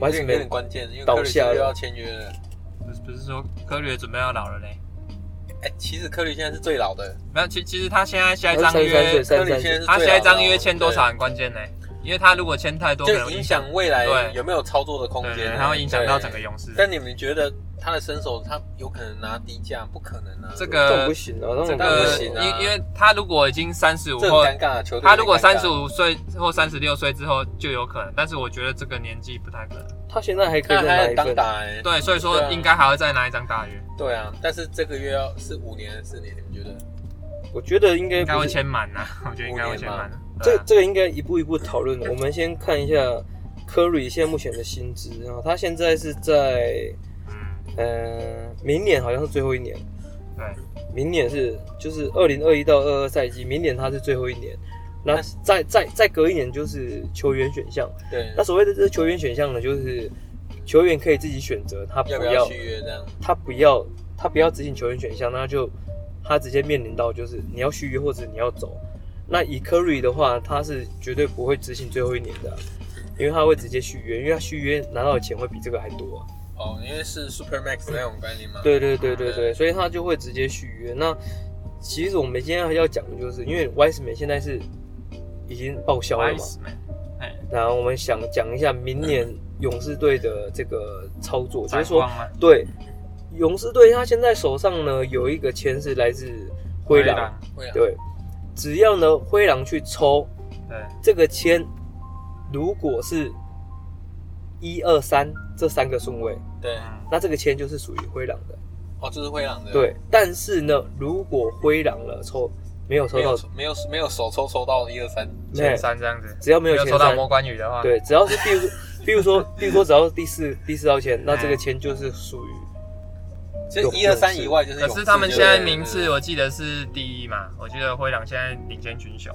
有点有
，Wiseman
点关键，因为
倒
科里斯
下了
又要签约了。
不是不是说科略准备要老了嘞？
哎，其实科里现在是最老的，
没有，其其其实他现在下一
他
张
三十三
约
岁，，
科
三
里
十三
现在
岁
是，
他
最
下一
老的
张约签多少很关键呢？因为他如果签太多，可
就
能
影响未来
对
有没有操作的空
对，
间，啊
然后影响到整个
对。
勇士。
但你们觉得他的身手，他有可能拿低价？不可能啊，
这
这种
个
不行啊，那
这
种
当然
个
不，行啊
因因为他如果已经三十五
这很
或
尴尬的球队。
他如果三十
五，
五岁或三十六岁之后就有可能，但是我觉得这个年纪不太可能。
他现在还可
那他
以再拿
还
一
当
份，
打哎，
对，所以
啊对
说
啊
应该还会再拿一张大约，
对啊，但是这个月要是五年还是四年，你们觉得？
我觉得应该
应该
不
会
是。
签满呐，我觉得应该会签满啊。对
这
啊
这个应该一步一步讨论的。我们先看一下 Curry 现在目前的薪资啊，他现在是在
嗯，
呃，明年好像是最后一年，
对，
明年是就是二零二一到二二赛季，明年他是最后一年。那
但是
再再再隔一年就是球员选项。
对
那，所谓的这个球员选项呢，就是球员可以自己选择他不
要
要
不要续约这样？
他不要他不要执行球员选项，那就他直接面临到就是你要续约或者你要走。那以 Curry 的话，他是绝对不会执行最后一年的啊、因为他会直接续约，因为他续约拿到的钱会比这个还多啊、
哦，因为是 Super Max 那种概念嘛。
对对对对对，所以他就会直接续约。那其实我们今天要讲的就是，因为 Wiseman 现在是已经报销了嘛，
Wiseman，哎，
然后我们想讲一下明年勇士队的这个操作，就是
展
说
望吗？
对，勇士队他现在手上呢有一个签是来自灰狼，
狼，
会啊，
对，只要呢灰狼去抽
对，
这个签，如果是一二三这三个顺位，
对，
嗯
那这个签就是属于灰狼的，
哦，这是灰狼的。，
对。但是呢，如果灰狼呢抽没有抽
没
到
有，没有没有手抽抽到一二三，
前三这样子，
只要没有前
抽到
三，
魔关羽的话，
对，只要是比如比如说比如说只要是第四第四道签，那这
哎
个签就是属于
其实一二三以外就是
可
勇士。
是他们现在名
对
次，我记得是第一嘛，我记得灰狼现在领先群雄，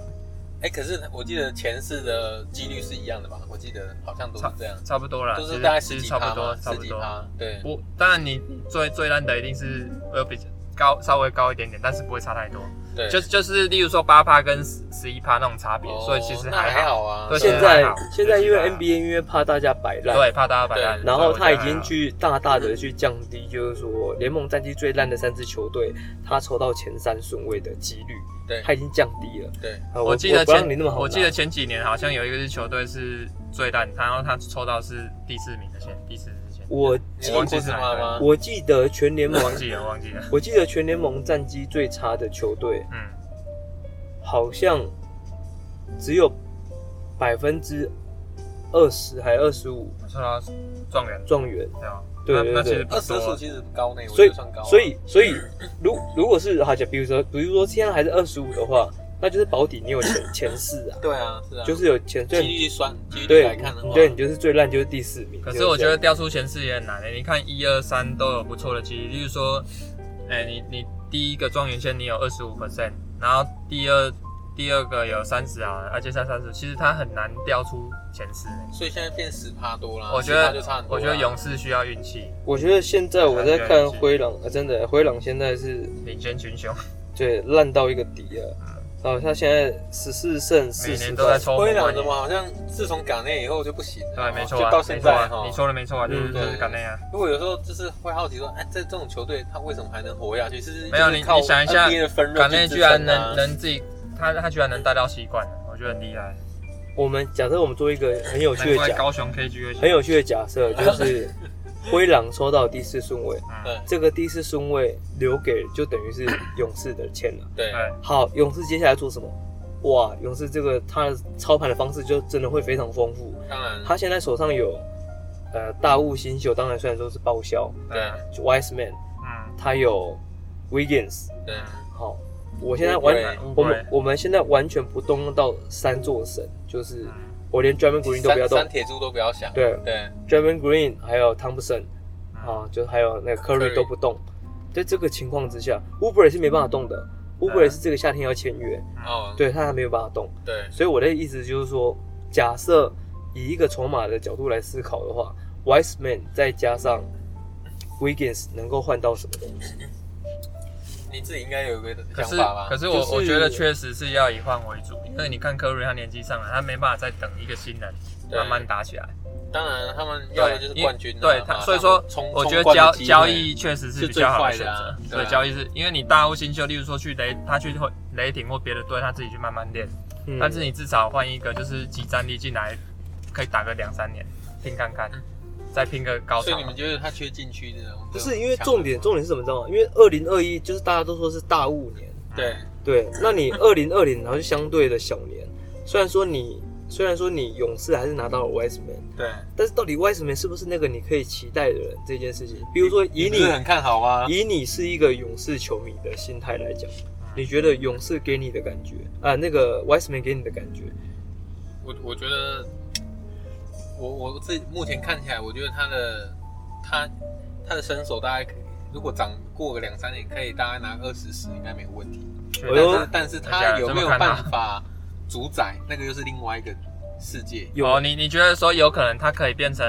哎，可是我记得前四的几率是一样的吧？我记得好像都是这样，
差不多了，
都
其
是
实
大概
其
十
实
几
差
趴
不多，
嘛，
差
十
不
几
多。
趴。对，
不，当然你最最烂的一定是呃比较高稍微高一点点，但是不会差太多。
对，
就就是例如说八趴跟十十一趴那种差别，
哦
所以其实
那还
好。
好啊。
对
对
现
啊
在
还好
现在因为
还好
NBA 因为怕大家摆烂，
对，怕大家摆烂。
对
然后
所
他
以我
已
觉得还
经
好，
去大大的去降低，就是说联盟战绩最烂的三支球队，他抽到前三顺位的几率，
对
他已经降低了。
对，
啊
我记得
不让你
前
那么好拿，
我记得前几年好像有一个是球队是最烂，然后他抽到是第四名的签，第四支签。
我
你
记
忘
问
记
库兹马
啊
吗？
我记得全联盟
忘，记了，忘记了。
我记得全联盟战绩最差的球队
嗯，
好像只有百分之二十还二十五
我说到状元，
状元，
对啊，那
对对
那
对
其实不
二十
多
五其实不高呢，我
所
觉
以
得算
哦
高啊。
所以所以如如果是好像比如说比如说现在还是二十五的话，那就是保底你有前前四啊。
对啊，是啊，
就是有前
几
最
率算几率来
对
看的话，
对，你就是最烂就是第四名。
可
就是
我觉
这
得
样
调出前四也很难欸的、你看一二三都有不错的几率，例如说，哎、你你第一个状元签你有二十五 percent，然后第二第二个有三十啊，而且才三十，其实他很难调出前四、欸
所以现在变十趴多了，
我觉
10%就
得
差很多啊
我
啦。
觉得勇士需要运气，
我觉得现在我在看灰狼，啊、真的灰狼现在是
领先群雄，
对烂到一个底了。然后他现在十四胜
嗯
四
每
十
年都在
败，
抽
灰狼
冠
怎
军
么好像自从港内以后就不行了？
对，没错
就
啊
到，
没
现
错
在
啊
哈，。
你说的没错啊，就是
嗯
就是港内啊。
如果有时候就是会好奇说，哎，这这种球队他为什么还能活下去？是
没有
就是
你
靠
你想一下
NBA 的分润
港
去
内
支
居然
撑啊
能能自己，他他居然能带到西冠，我觉得很厉害。
我们假设我们做一个很有趣
难
的
怪
假，
高雄 KG
很
会
有趣的假设就是 灰狼抽到第四顺位，
嗯，
啊对
这个第四顺位留给就等于是勇士的签了。
对
对，
好，勇士接下来做什么？哇，勇士这个他的操盘的方式就真的会非常丰富。
当然
他现在手上有呃大物新秀，当然虽然说是报销
对，
就，Wiseman，
嗯，
他有 Wiggins。
对
好，我现在完
乌龟
我们我们现在完全不动用到三座神，就是
嗯
我连 Draymond Green 都不要
三
动
三，铁柱都不要想。
对
对，
，Draymond Green 还有 Thompson
嗯
啊，就还有那个
嗯 Curry
Curry 都不动。在这个情况之下 u b e r 是没办法动的
嗯
u b e r 是这个夏天要签约，
哦，
对他还没有办法动。
对
所以我的意思就是说，假设以一个筹码的角度来思考的话，Wiseman 再加上 Wiggins 能够换到什么东西？
你自己应该有一个
可
想
是
法吧？
可是我、
就是
我觉得确实是要以换为主，因为你看科瑞他年纪上来，他没办法再等一个新人
对
慢慢打起来。
当然他们要的就是
因为
冠军啊，
对，
马
他
上
所以说
冲
我
冲
觉得
冠的
交
机会
交易确实是比较好选
是最快的啊
择。
对啊
对，交易是因为你大物新秀，例如说去雷，他去雷霆或别的队，他自己去慢慢练，
嗯
但是你至少换一个就是集战力进来，可以打个两三年，拼看看，再拼个高
所以
潮
你。们觉得他缺禁区这种？
不是因为重点，重点是什么？你知道吗？因为二零二一就是大家都说是大雾年，
对，
对，那你二零二零然后就相对的小年，虽然说你虽然说你勇士还是拿到了 Wiseman，
对，
但是到底 Wiseman 是不是那个你可以期待的人这件事情，比如说以
你不
你
是很看好吗？
以你是一个勇士球迷的心态来讲，你觉得勇士给你的感觉啊、那个 Wiseman 给你的感觉，
我我觉得，我我自己目前看起来，我觉得他的他他的身手大概可以，如果长过个两三年，可以大概拿二十十应该没有问题。
对
哎
但
呦
是但是
哎呀
他有没有办
啊
法主宰，那个又是另外一个世界。
有
哦，你你觉得说有可能他可以变成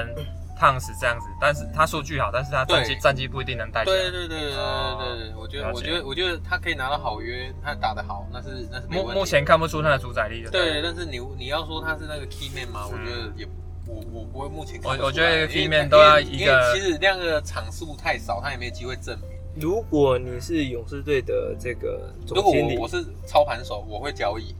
烫死这样子，但是他数据好，但是他战绩
对
战绩不一定能带起
对
来。
对对对对对对，我觉得
哦了解
我觉得我觉得他可以拿到好约，他打得好，那是那是没
目
问题。
目前看不出他的主宰力。
对，但是你你要说他是那个 key man 吗？我
嗯
觉得也我我不会目前
我
看不出来
我觉得
因为
key man
因为
都要一
因
个
为其实那个场数太少，他也没机会证明。
如果你是勇士队的这个
如
总
果
经
我
理
我是操盘手，我会交易。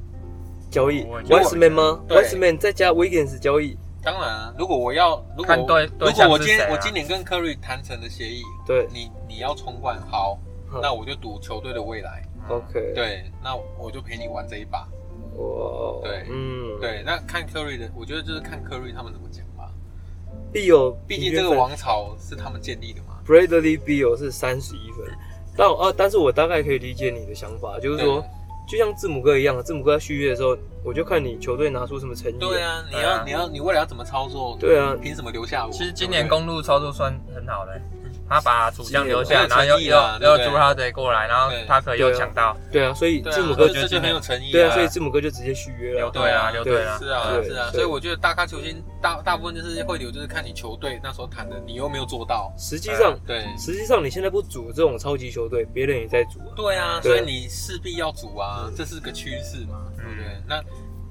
交易
我
Wiseman 吗
对
？Wiseman 再加 Wiggins 交易，
当然啊，如果我要如果
看对
如
对
果
象
我
是
今
谁
天
啊
我今年跟 Curry 谈成的协议，
对
你你要冲冠好
嗯，
那我就赌球队的未来。
，OK，
对，那我就陪你玩这一把。
哇，
对
嗯，，
对，那看 Curry 的，我觉得就是看 Curry 他们怎么讲吧。
必有，
毕竟这个王朝是他们建立的嘛。
Bradley Beal 是三十一分，但我啊，但是我大概可以理解你的想法，就是说，就像字母哥一样，字母哥在续约的时候，我就看你球队拿出什么诚意。
对对，啊，你
对
要
啊
你要你未来要怎么操作？
对啊
凭什么留下我？
其实今年
对
公路操作算很好的、他把主将留
今
下，
年
然后又
很有诚意
又
啊对
又
不对
朱哈德过来，然后
对
他可又
对啊
抢到，
对啊，所以
不对对啊
字母哥
这
就
这
就
就很有诚意。
对啊，所以字母哥就直接续约
留
了。
队啊，留
对啊
队啊，
是啊
对
是啊，所
对
以我觉得大咖球星大大部分就是会留，就是看你球队那时候谈的，你又没有做到。
实际上，
对
实际上你现在不组这种超级球队，别人也在组啊。
对啊，
对嗯
所以你势必要组啊，这是个趋势
嗯
嘛，对不对？那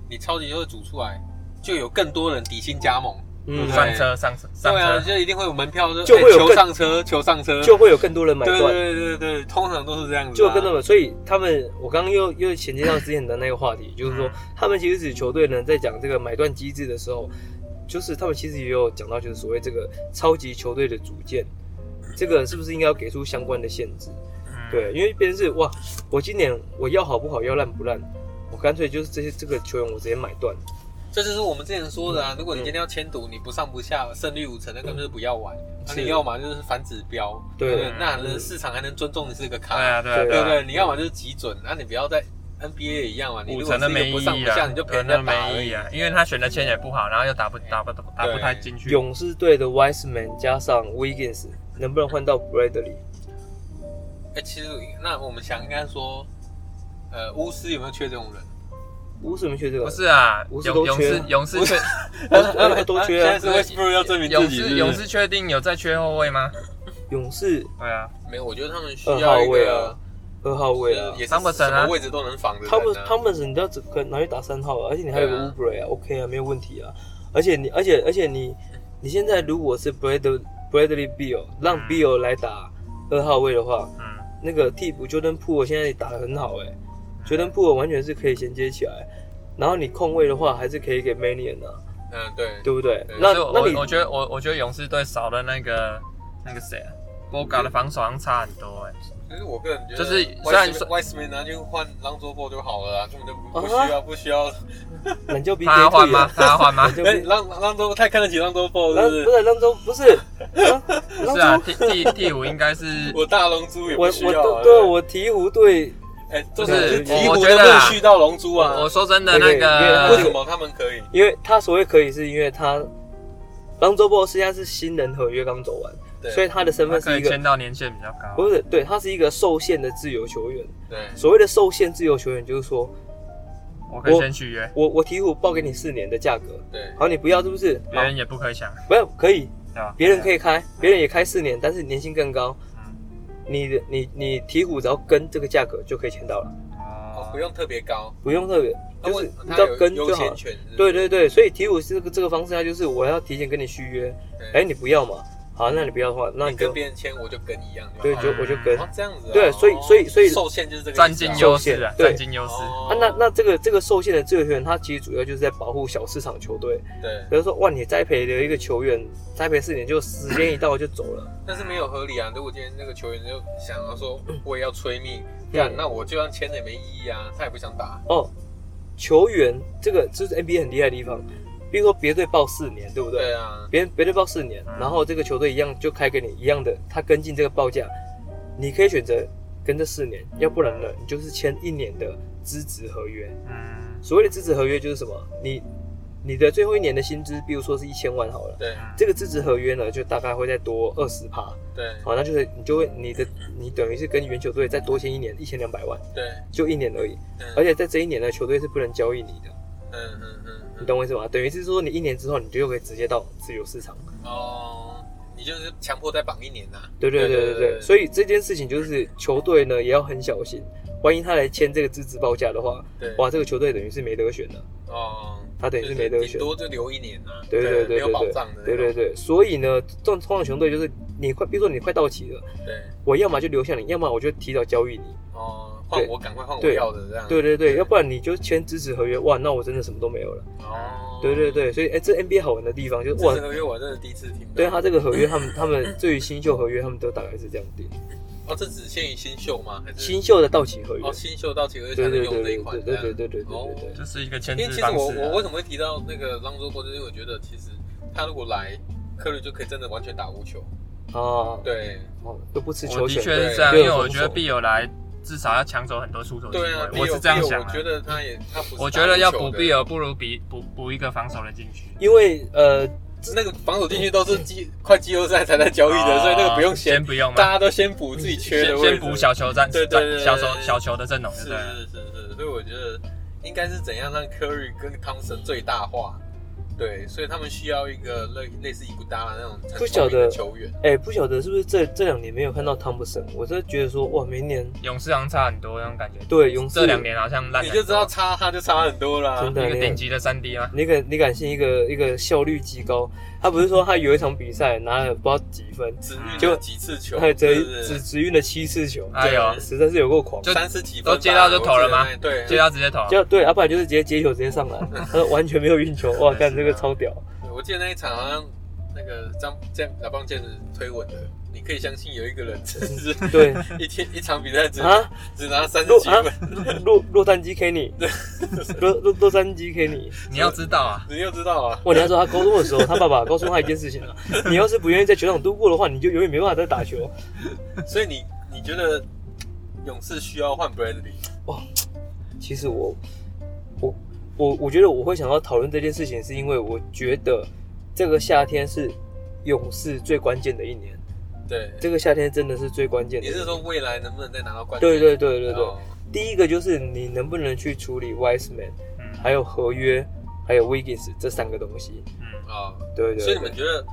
你超级球队组出来，就有更多人底薪加盟。
嗯
对，
上车上车上
对啊，
车，
就一定会有门票，就
就会有
哎求
更
上车，求上车，
就会有更多人买
对
断。
对对对，通常都是这样子啊。
就跟他们，所以他们，我刚刚又又衔接到之前的那个话题，就是说
嗯，
他们其实指球队呢在讲这个买断机制的时候，就是他们其实也有讲到，就是所谓这个超级球队的组建，这个是不是应该要给出相关的限制？
嗯，
啊
对，因为别人是哇，我今年我要好不好，要烂不烂，我干脆就是这些这个球员我直接买断。
这就是我们之前说
嗯
的啊。如果你今天要签赌，你不上不下，胜率五成，那根本就是不要玩。那
是
你要嘛就是反指标，
对
对不对
嗯？
那人市场还能尊重你是
对
个咖，
啊对啊
对
对
啊
不对？你要嘛就是极准，那你不要在 NBA 也一样嘛。你
五
如果
成
是
的
一
没意
个不上不
义
下，
啊，
你就陪
可
人家
能
打而
没意
已
义。啊，因为他选的签也不好，然后又打不打不打不太进去，
勇士队的 Wiseman 加上 Wiggins，能不能换到 Bradley？
哎，其实那我们想应该说，呃，巫师有没有缺这种人？
为什么缺这个？
不是啊，
勇士
勇
都
勇
缺
士勇士确
都都缺啊
现在是 Westbrook 要证明
勇
自己
士
是
勇
不是
士确定有在缺后卫吗？
勇士
对啊，
没有，我觉得他们需
嗯
二
要
号
一
位
个
啊。，二号位啊，
也是
汤普森
什
啊
么位置都能防的人啊。
汤姆汤姆森，你都要只可拿去打三号啊，而且你还有个
对啊
Ubre 啊，OK 啊，没有问题啊。而且你，而且而且你，你现在如果是 Brad Bradley Beal 让
嗯
Beal 来打二号位的话，
嗯，
那个替补 Jordan Poole 现在也打得很好哎、j o r d a n Poole 完全是可以衔接起来。然后你控位的话，还是可以给 Manion 啊，
嗯，对，
对不对？
对
那
所以我
那你
我我觉得我我觉得勇士队少了那个那个谁啊，波嘎的防守好像差很多哎、
可是我个人觉得，
就是虽然说
Wise Man 拿去换 l o n z o Ball 就好了啦，根本就不
啊
不需要不需要。
懒觉 BJ
他要换
退啊
吗
了？，
他要 换吗？
懒觉
哎
B-
l o n l o n z o 太看得起 l o n z o Ball
然后
是
呃不
不是？
是当中不是，啊
不 是啊，第第第五应该是
我大龙珠也
我
不需
我
要啊。
都对我鹈鹕队
哎，就
不
是
是
鹈鹕
我
的
觉得
陆
啊
续到龙珠啊
我，我说真的
对
那
对对
为
对
什
个，
么他们可以？
因为他所谓可以，是因为他 l o n z o Ball 现在是新人合约刚走完，
对
所以他的身
他
份
可
是一
以
个
签到年限比较高。
不是对，他是一个受限的自由球员。
对
所谓的受限自由球员，就是说
我可以先续约，
我我鹈鹕报给你四年的价格，
对
好你不要是不是？
别
好，
人也不可以抢，
不要可以，
对吧？
别
啊
人可以开，别人也开四年，但是年薪更高。
嗯，
你的你你鹈鹕只要跟这个价格就可以签到了，
哦
哦，
不用特别高，
不用特别，
他
啊就是
们
你
他
只要
有
跟
优
就好
先
了。
权。是不是
对对对，所以鹈鹕这个这个方式，它就是我要提前跟你续约，
对
哎，你不要嘛，好，那你不要的话，那
你
你
跟
就
别人签，我就跟一样就
对，
好
就我就跟
哦这样子啊。
对所以所以所以
哦受限就是这个
占
意思啊
尽优势啊，
受限
占尽优势。
哦
啊，那那这个这个受限的自由球员，他其实主要就是在保护小市场球队。
对，
比如说，哇，你栽培的一个球员，栽培四年就时间一到就走了，
但是没有合理啊。如果今天那个球员就想要 说， 我也要催命，干
嗯
那我就算签了也没意义啊，他也不想打。
哦，球员这个这是 NBA 很厉害的地方，比如说别队报四年，对不对？
对啊，
别人别队报四年，
嗯
然后这个球队一样就开给你一样的，他跟进这个报价，你可以选择跟这四年，要不然呢，你就是签一年的资质合约。
嗯，
所谓的资质合约就是什么？你你的最后一年的薪资，比如说是一千万好了，
对
这个资质合约呢，就大概会再多二十趴，
对
好，那就是你就会你的你等于是跟原球队再多签一年一千两百万，
对，
就一年而已，
嗯
而且在这一年呢，球队是不能交易你的，
嗯嗯嗯
你
嗯，
懂我意思吗？等于是说你一年之后，你就又可以直接到自由市场。
哦，你就是强迫再绑一年呐、啊。
对对对
对
对
对
对，所以这件事情就是球队呢也要很小心，万一他来签这个资质报价的话，
对，
哇，这个球队等于是没得选了。
哦，
他等于是没得选
顶多就留一年啊。
对对
没
对
有
对
保
对
障的那种。
对对对，所以呢，这种通常球队就是你快，比如说你快到期了，
对，
我要么就留下你，要么我就提早交易你。
哦，换我赶快换我
对
要的这样。
对对对，要不然你就签支持合约，哇，那我真的什么都没有了。
哦，
对对，对，所以哎，这 NBA 好玩的地方就是哇
这，个月我真的第一次听到。
对他这个 合约，他们他们对于新秀合约，他们都大概是这样定，
哦，这只限于新秀吗？还是
新秀的到期合约
哦，。新秀到期合约才
对
能
对
用
对
这一
对
款
对
这
对
样。
对对对对对
哦
就是一个牵
因为
制
其实
方
我
式
我为
啊。
什么会提到那个朗佐波，就是因为我觉得其实他如果来，科里就可以真的完全打无球。
对，啊，
对
哦都不吃
我
球
的
权，
确是
对
这样，
对
因为我觉得
防守
必有来至少要抢走很多出手机
对啊，
哦会，我是
Beal-
这样
Beal
想
我
啊
觉。得他也他不是
我觉得要啊
打无
补
球的
必有，不如比补补一个防守的进去。
因为呃，
那个防守进去都是季快季后赛才在交易的，所以那个不用
啊哦先
先，
不用
大
嘛，
家都先补自己缺的
先
位置
先补小啊球战，
对对对对
小
对
球
对
小球的阵容，对
是
不对？
是是是，所以我觉得应该是怎样让 Curry 跟汤森最大化。对，所以他们需要一个类类似伊布达拉那种很
不晓
聪
得
明的球员。
哎，不晓得是不是这这两年没有看到汤普森，我真的觉得说哇，明年
勇士好像差很多那种感觉。
对勇士
这两，年好像烂很
你
多，
就知道差他就差很多啦
真。的
一个顶级的三 D 吗？
你敢你敢信一个一个效率极高？他不是说他有一场比赛拿了不知道几分，
只运
就
了几次球，
他
对
只
不对
只只运了七次球，
哎呦，
实在是有够狂。
就
三十几分吧，
都接到就投了吗
我记得那对，
接到直接投，啊
就对，要啊不然就是直接接球直接上 篮，他说完全没有运球，哇，
是啊
干这个超屌，
对我记得那一场好像那个张詹老帮健子推文的，你可以相信有一个 人真是
对
一天一场比赛只、
啊，
只拿三十
洛
几
啊
分，
洛洛杉矶 Kenny，洛洛洛杉矶 Kenny，
你要知道啊，
你就知道啊。
我你要说他高中的时候，他爸爸告诉他一件事情啊，你要是不愿意在球场度过的话，你就永远没办法再打球。
所以你你觉得勇士需要换 Bradley？
其实我，我，我，我觉得我会想要讨论这件事情，是因为我觉得这个夏天是勇士最关键的一年，
对，
这个夏天真的是最关键的
你
一年。
是说未来能不能再拿到冠军？
对对对对对，
哦
第一个就是你能不能去处理 Wiseman，
嗯
还有合约，还有 Wiggins 这三个东西。
嗯，
哦
对对对。
所以你们觉得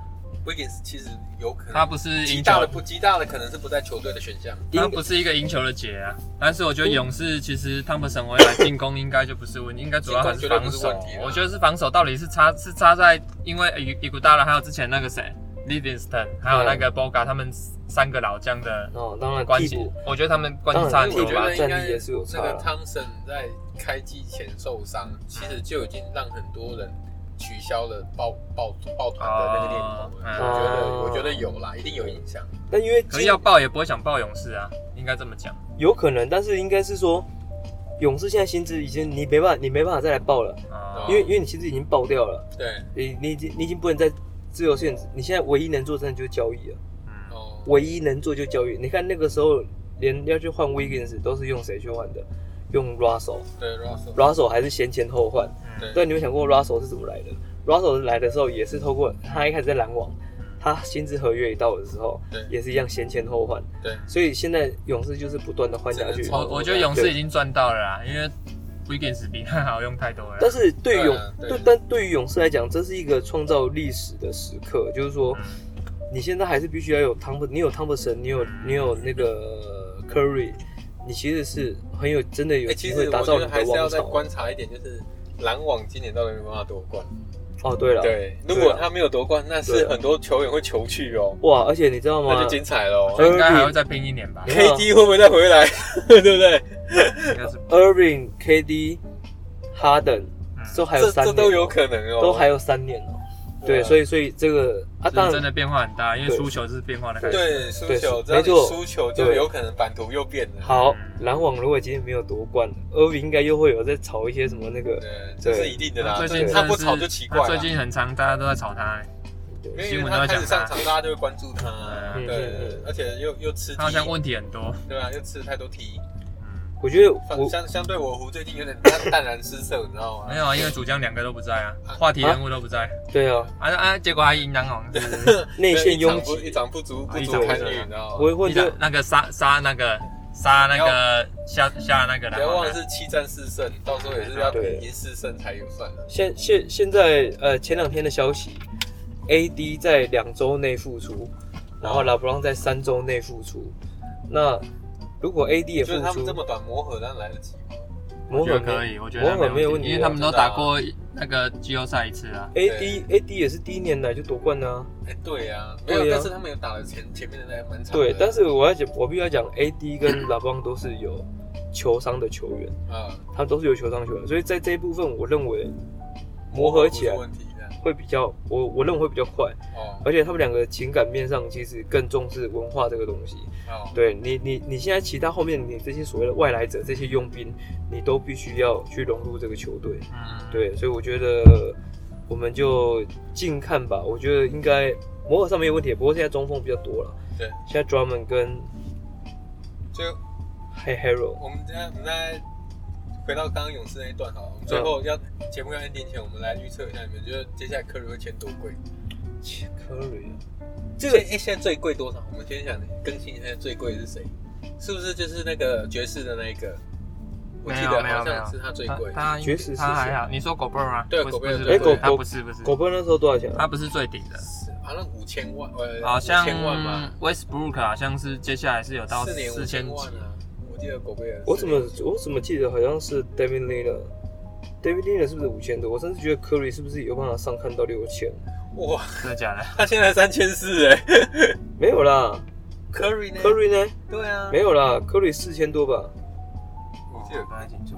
Wiggins 其实有可能
他不是
极
赢
大的
球，
不极大的可能是不在球队的选项。
第一
他
个
不是一个赢球的解啊。但是我觉得勇士其实汤普森回来进攻应该就不是问题，应该主要还是防
进攻绝对不是
守
问题啊。
我觉得是防守，到底是差是差在因为伊伊古达拉还有之前那个谁 Livingston，还有那个 Boga 他们三个老将的
哦，当然
关
替
系
补，，
我觉得他们关系差很
因为
多
我觉
吧
得。应
战
该
力也是有差啊
这
啦
个汤森在开季前受伤，其实就已经让很多人取消了抱抱抱团的那个念头了。我觉得
哦
我觉得有啦，一定有影响。
但因为
可
今
是要爆也不会想爆勇士啊，应该这么讲。
有可能，但是应该是说，勇士现在薪资已经你没办法，你没办法再来报了，
啊
因为因为你薪资已经爆掉了，
对，
你你已经你已经不能再自由限制，你现在唯一能做真的就是交易了，
嗯
哦，
唯一能做就交易。你看那个时候连要去换 Wiggins 都是用谁去换的？用 Russell，Russell
对 Russell，
还是先前后换。
嗯
对，你有想过 Russell 是怎么来的？Russell 来的时候也是透过他一开始在篮网，他薪资合约一到的时候
对，
也是一样先前后换。
对
所以现在勇士就是不断的换下去
只能。
我我觉得勇士已经赚到了啦，因为 Wiggins 比他好用太多了。
但是对于勇
对啊对
对，但对于勇士来讲，这是一个创造历史的时刻，就是说，
嗯
你现在还是必须要有汤普，你有汤普森，你有你有那个 Curry，你其实是很有真的有
哎，其
机
实
会打
我
造
觉
你
得还
的
是要
王
再
朝。
观察一点，就是篮网今年到底有没有办法夺冠？
哦，对了，啊
对，如果他没有夺冠，那是很多球员会求去哦，
哇，而且你知道
那
吗
就？精彩喽。
对
应该还会再拼一年吧？
对
KD 会不会再回来？ 对不对？
应该是
Irving、KD、哈登
嗯，
都还有
这
三
这
年，
都有可能哦，
都还有三年哦。对，所
以
以所以这个啊，
就是
当
真
然
的变化很大，因为
对
输球是变化的。
对输
对
球，只要
没
你
错
输球就
对
有可能版图又变了。
好
嗯，
篮网如果今天没有夺冠，Irving 应该又会有在炒一些什么那个，
对，这是一定的啦。
最近
他
真的
不
是
炒就奇怪
他
了。
最近很长，大家都在炒他，
因为
新闻都
他
在
开始
讲
上
他
场，，大家就会关注他。
嗯
嗯
对
嗯，
而且又又吃
他好像
踢
问题很多。
对啊，又吃太多踢。
嗯，
我觉得
反
我
相相对我湖最近有点淡淡然失色，你知道吗？
没有啊，因为主将两个都不在啊，话题人物都不在，
对啊，
啊啊，结果还赢篮网，是不是
内
对
线
一场
拥
不一
挤，
场不足不
啊一
足
场不
堪
足
虞，你知道吗？
我会
一
觉
打
得
那个杀杀那个杀那个下下那个
不
篮
要
网
忘
的
了是七战四胜，到时候也是要
对
赢四胜才有算的。
现现现在呃前两天的消息，AD 在两周内复出，然后
哦
拉布朗在三周内复出。那如果 AD 也
就
复
是他们这
出，
么短磨合，当然来得及。
磨
我觉得
合
可
没
以，我觉得
磨合没有问
问
题
题，因
啊
为他们都打过那个季后赛一次啊。
AD AD 也是第一年来就夺冠啊。
哎，对啊，没
对啊
有，但是他们有打了前前面的那蛮长的。
对，但是我要讲，我必须要讲，AD 跟拉布朗都是有球商的球员，
啊，
他们都是有球商球员，所以在这一部分，我认为磨合起来
不是问题的。
会比较，我我认为会比较快，
哦
而且他们两个情感面上其实更重视文化这个东西。
哦，
对你，你你现在其他后面你这些所谓的外来者，这些佣兵，你都必须要去融入这个球队。
嗯，
对，所以我觉得我们就近看吧。我觉得应该磨合上没有问题，不过现在中锋比较多了。
对，
现在 Drummond 跟
就
Hey Hero，
我们现在我们再回到刚刚勇士那一段哈，我们最后要节目要 ending 前，我们来预测一下，你们觉得接下来科瑞会签多贵？
切 Curry，啊
这个哎，现在最贵多少？我们先想更新一下最贵是谁？是不是就是那个爵士的那一个？我记得
没有
好
没有
像是他最贵。
他
爵士是
他还好。
谁
你说狗贝尔吗？
对
不是
狗贝尔
不是
对
不是
狗
他不是不是，
狗贝那时候多少钱
他
啊？
不是最顶的，
好像五千万，呃，
好像
五千万吧，
Westbrook 好像是接下来是有到
四年五
四千
千
几，
万啊！我记得狗贝尔，
我怎么我怎么记得好像是 David l i l l a d a v i d l i l l a 是不是五千多？我甚至觉得 Curry 是不是有办法上看到六千？
哇？
真的假的？
他现在三千四哎
没有啦
，Curry 呢
，Curry 呢？
对啊，
没有啦，Curry 四千多吧
我记
不太清楚。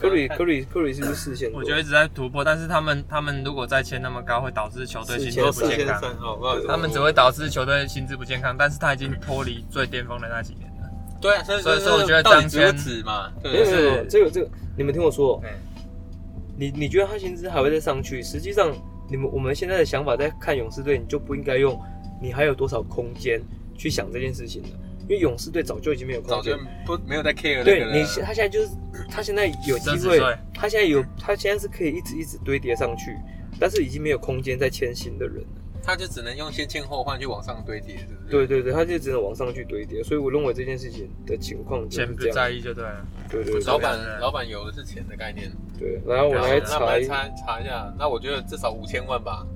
？Curry Curry Curry 是不是四千多？
我觉得一直在突破，但是他们他们如果再签那么高，会导致球队薪资
得
有
不
四
健
千
康。
三好不好？
他们只会导致球队薪资不健康，但是他已经脱离最巅峰的那几年了。
对啊，所以
所以所以我觉得
到底
张
值
谦
不值嘛？
没
对
有没
啊，
有没有，
是
这个这个，你们听我说，
对，
你你觉得他薪资还会再上去？实际上，你们我们现在的想法在看勇士队，你就不应该用你还有多少空间去想这件事情了，因为勇士队早就已经没有空
早
间
就。不没有在 care 那
对
个了
你现，他现在就是他现在有机
三十
会，
岁，
他现在有他现在是可以一直一直堆叠上去，但是已经没有空间再签新的人了。
他就只能用先欠后换去往上堆叠，对不对？
对对对，他就只能往上去堆叠，所以我认为这件事情的情况就
钱
是
不
这
在
样。
意就对了。
对对
不
对
知道
老
对
板，老板有的是钱的概念。
对，然后我
那
们
对
我
来
们
查
来
一
查查一下，那我觉得至少五千万吧。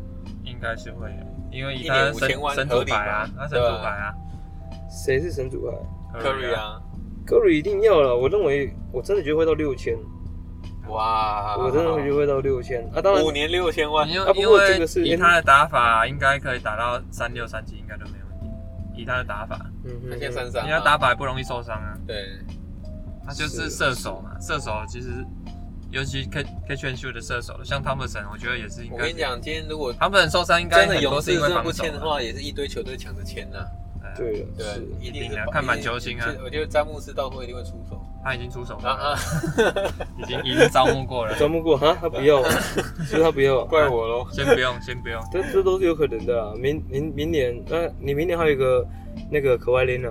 应该是会有，因为以
一
他
年
神
5000万
神
合
主
理
牌啊
吧，
他神主牌啊
谁是神主牌。
Curry，啊，
格瑞一定要了，我认为我真的觉得会到六千，
哇，
我真的觉得会到六千啊！当然
五，年六千万，
因
啊
为
不
因
过这个
为
是
以他的打法，应该可以打到三六三七，应该都没问题。以他的打法，
嗯
他
哼
现在三
哼，
十三
因
嘛，
为他打法也不容易受伤啊，
对，
他就是射手嘛，射手其实尤其 K K 圈秀的射手，像汤普森，我觉得也是应
我
该
跟你。讲，今天如果
汤普森受伤应该
真
很
的
多
勇
是
士
因为
真的
防
不
守啊
签的
嘛，
话，也是一堆球队抢着签呐。
啊
对了，
对
是，
一定
一定
是
的看板球星啊
是我觉得詹姆斯到时候一定会出手。
他已经出手
啊啊
了，！已经已经招募过 了，
招募过哈，他不要，所以他不要，
怪我喽。
先不用，先不 用。
这这都是有可能的啦。明明明年，呃，你明年还有一个那个可外林啊，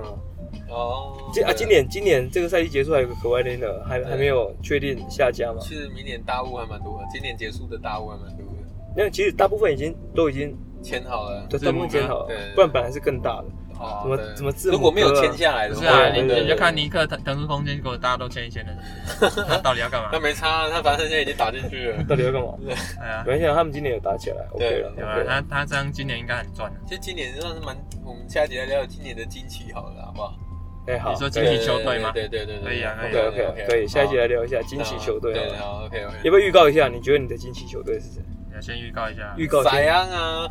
哦，
今啊
对
今年今年这个赛季结束还有个可外林呢，还还没有确定下家嘛？
其实明年大雾还蛮多的，今年结束的大雾还蛮多的，
那其实大部分已经都已经
签好了。
都
字
大
母
部分签好
对对
了
对，
不然本来是更大的。
哦
怎么
对
怎么字母
如果没有
哥啊
签下来
不
的
是
话，
啊，
对
你
对对
你就看尼克腾腾出空间，结果大家都签一 签的，他到底要干嘛
那？没差啊，他反正现在已经打进去了。
到底要干嘛？
哎呀，
没啊想到他们今年有打起来，OK 了
对吧？
，OK 了。
他他这样今年应该很赚的。
其实今年算是蛮，我们下一集来聊今年的惊奇好了，好不好？
哎，好
你，说惊奇球队吗？
对对对对，
可以啊可以
对
啊
OK，可以，下一集来聊一下惊奇球队
对
好了。
好，OK
要
OK。
不要预告一下？你觉得你的惊奇球队是谁？
呃了，先预告一下。
预告
咋
先
样啊？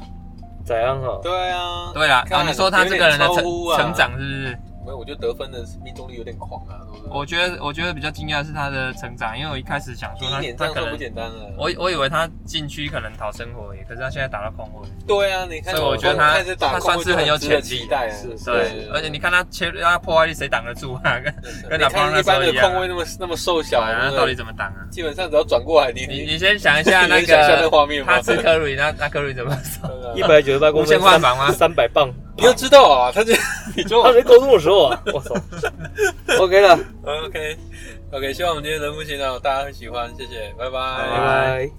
怎样哈？
对啊，
对啦，
看
啊，你说他这个人的
有
成
点超乎啊
成长是不是？
没有，我觉得得分的命中率有点狂啊，对不对？
我觉得我觉得比较惊讶的是他的成长，因为我一开始想
第
说
一
他
年这
他
样
可
算不
能
简单了。
我我以为他禁区可能讨生活耶，可是他现在打到空位，
对啊，你看，
所以我觉得他
开始打
他算是很有潜力
期待啊，
是是
对，而且你看他切他破坏力谁挡得住 啊？跟
对
跟
你
打棒
看一
那时
般
候
的
一样
控卫那么那么瘦小，
啊，
对
他
不
到底
对
怎么挡啊？
基本上只要转过来，你
你你先想一下那
你能想象那
个
画面吗
他吃科鲁，那那科鲁怎么守？
一百九十八公
无
分
限，换
啊
防吗？
三百磅，
你要知道啊， 他这你就
他人高中的时候啊，我 操，OK 了，
OK OK，希望我们今天的节目到，大家会喜欢，谢谢，拜拜
拜
拜拜。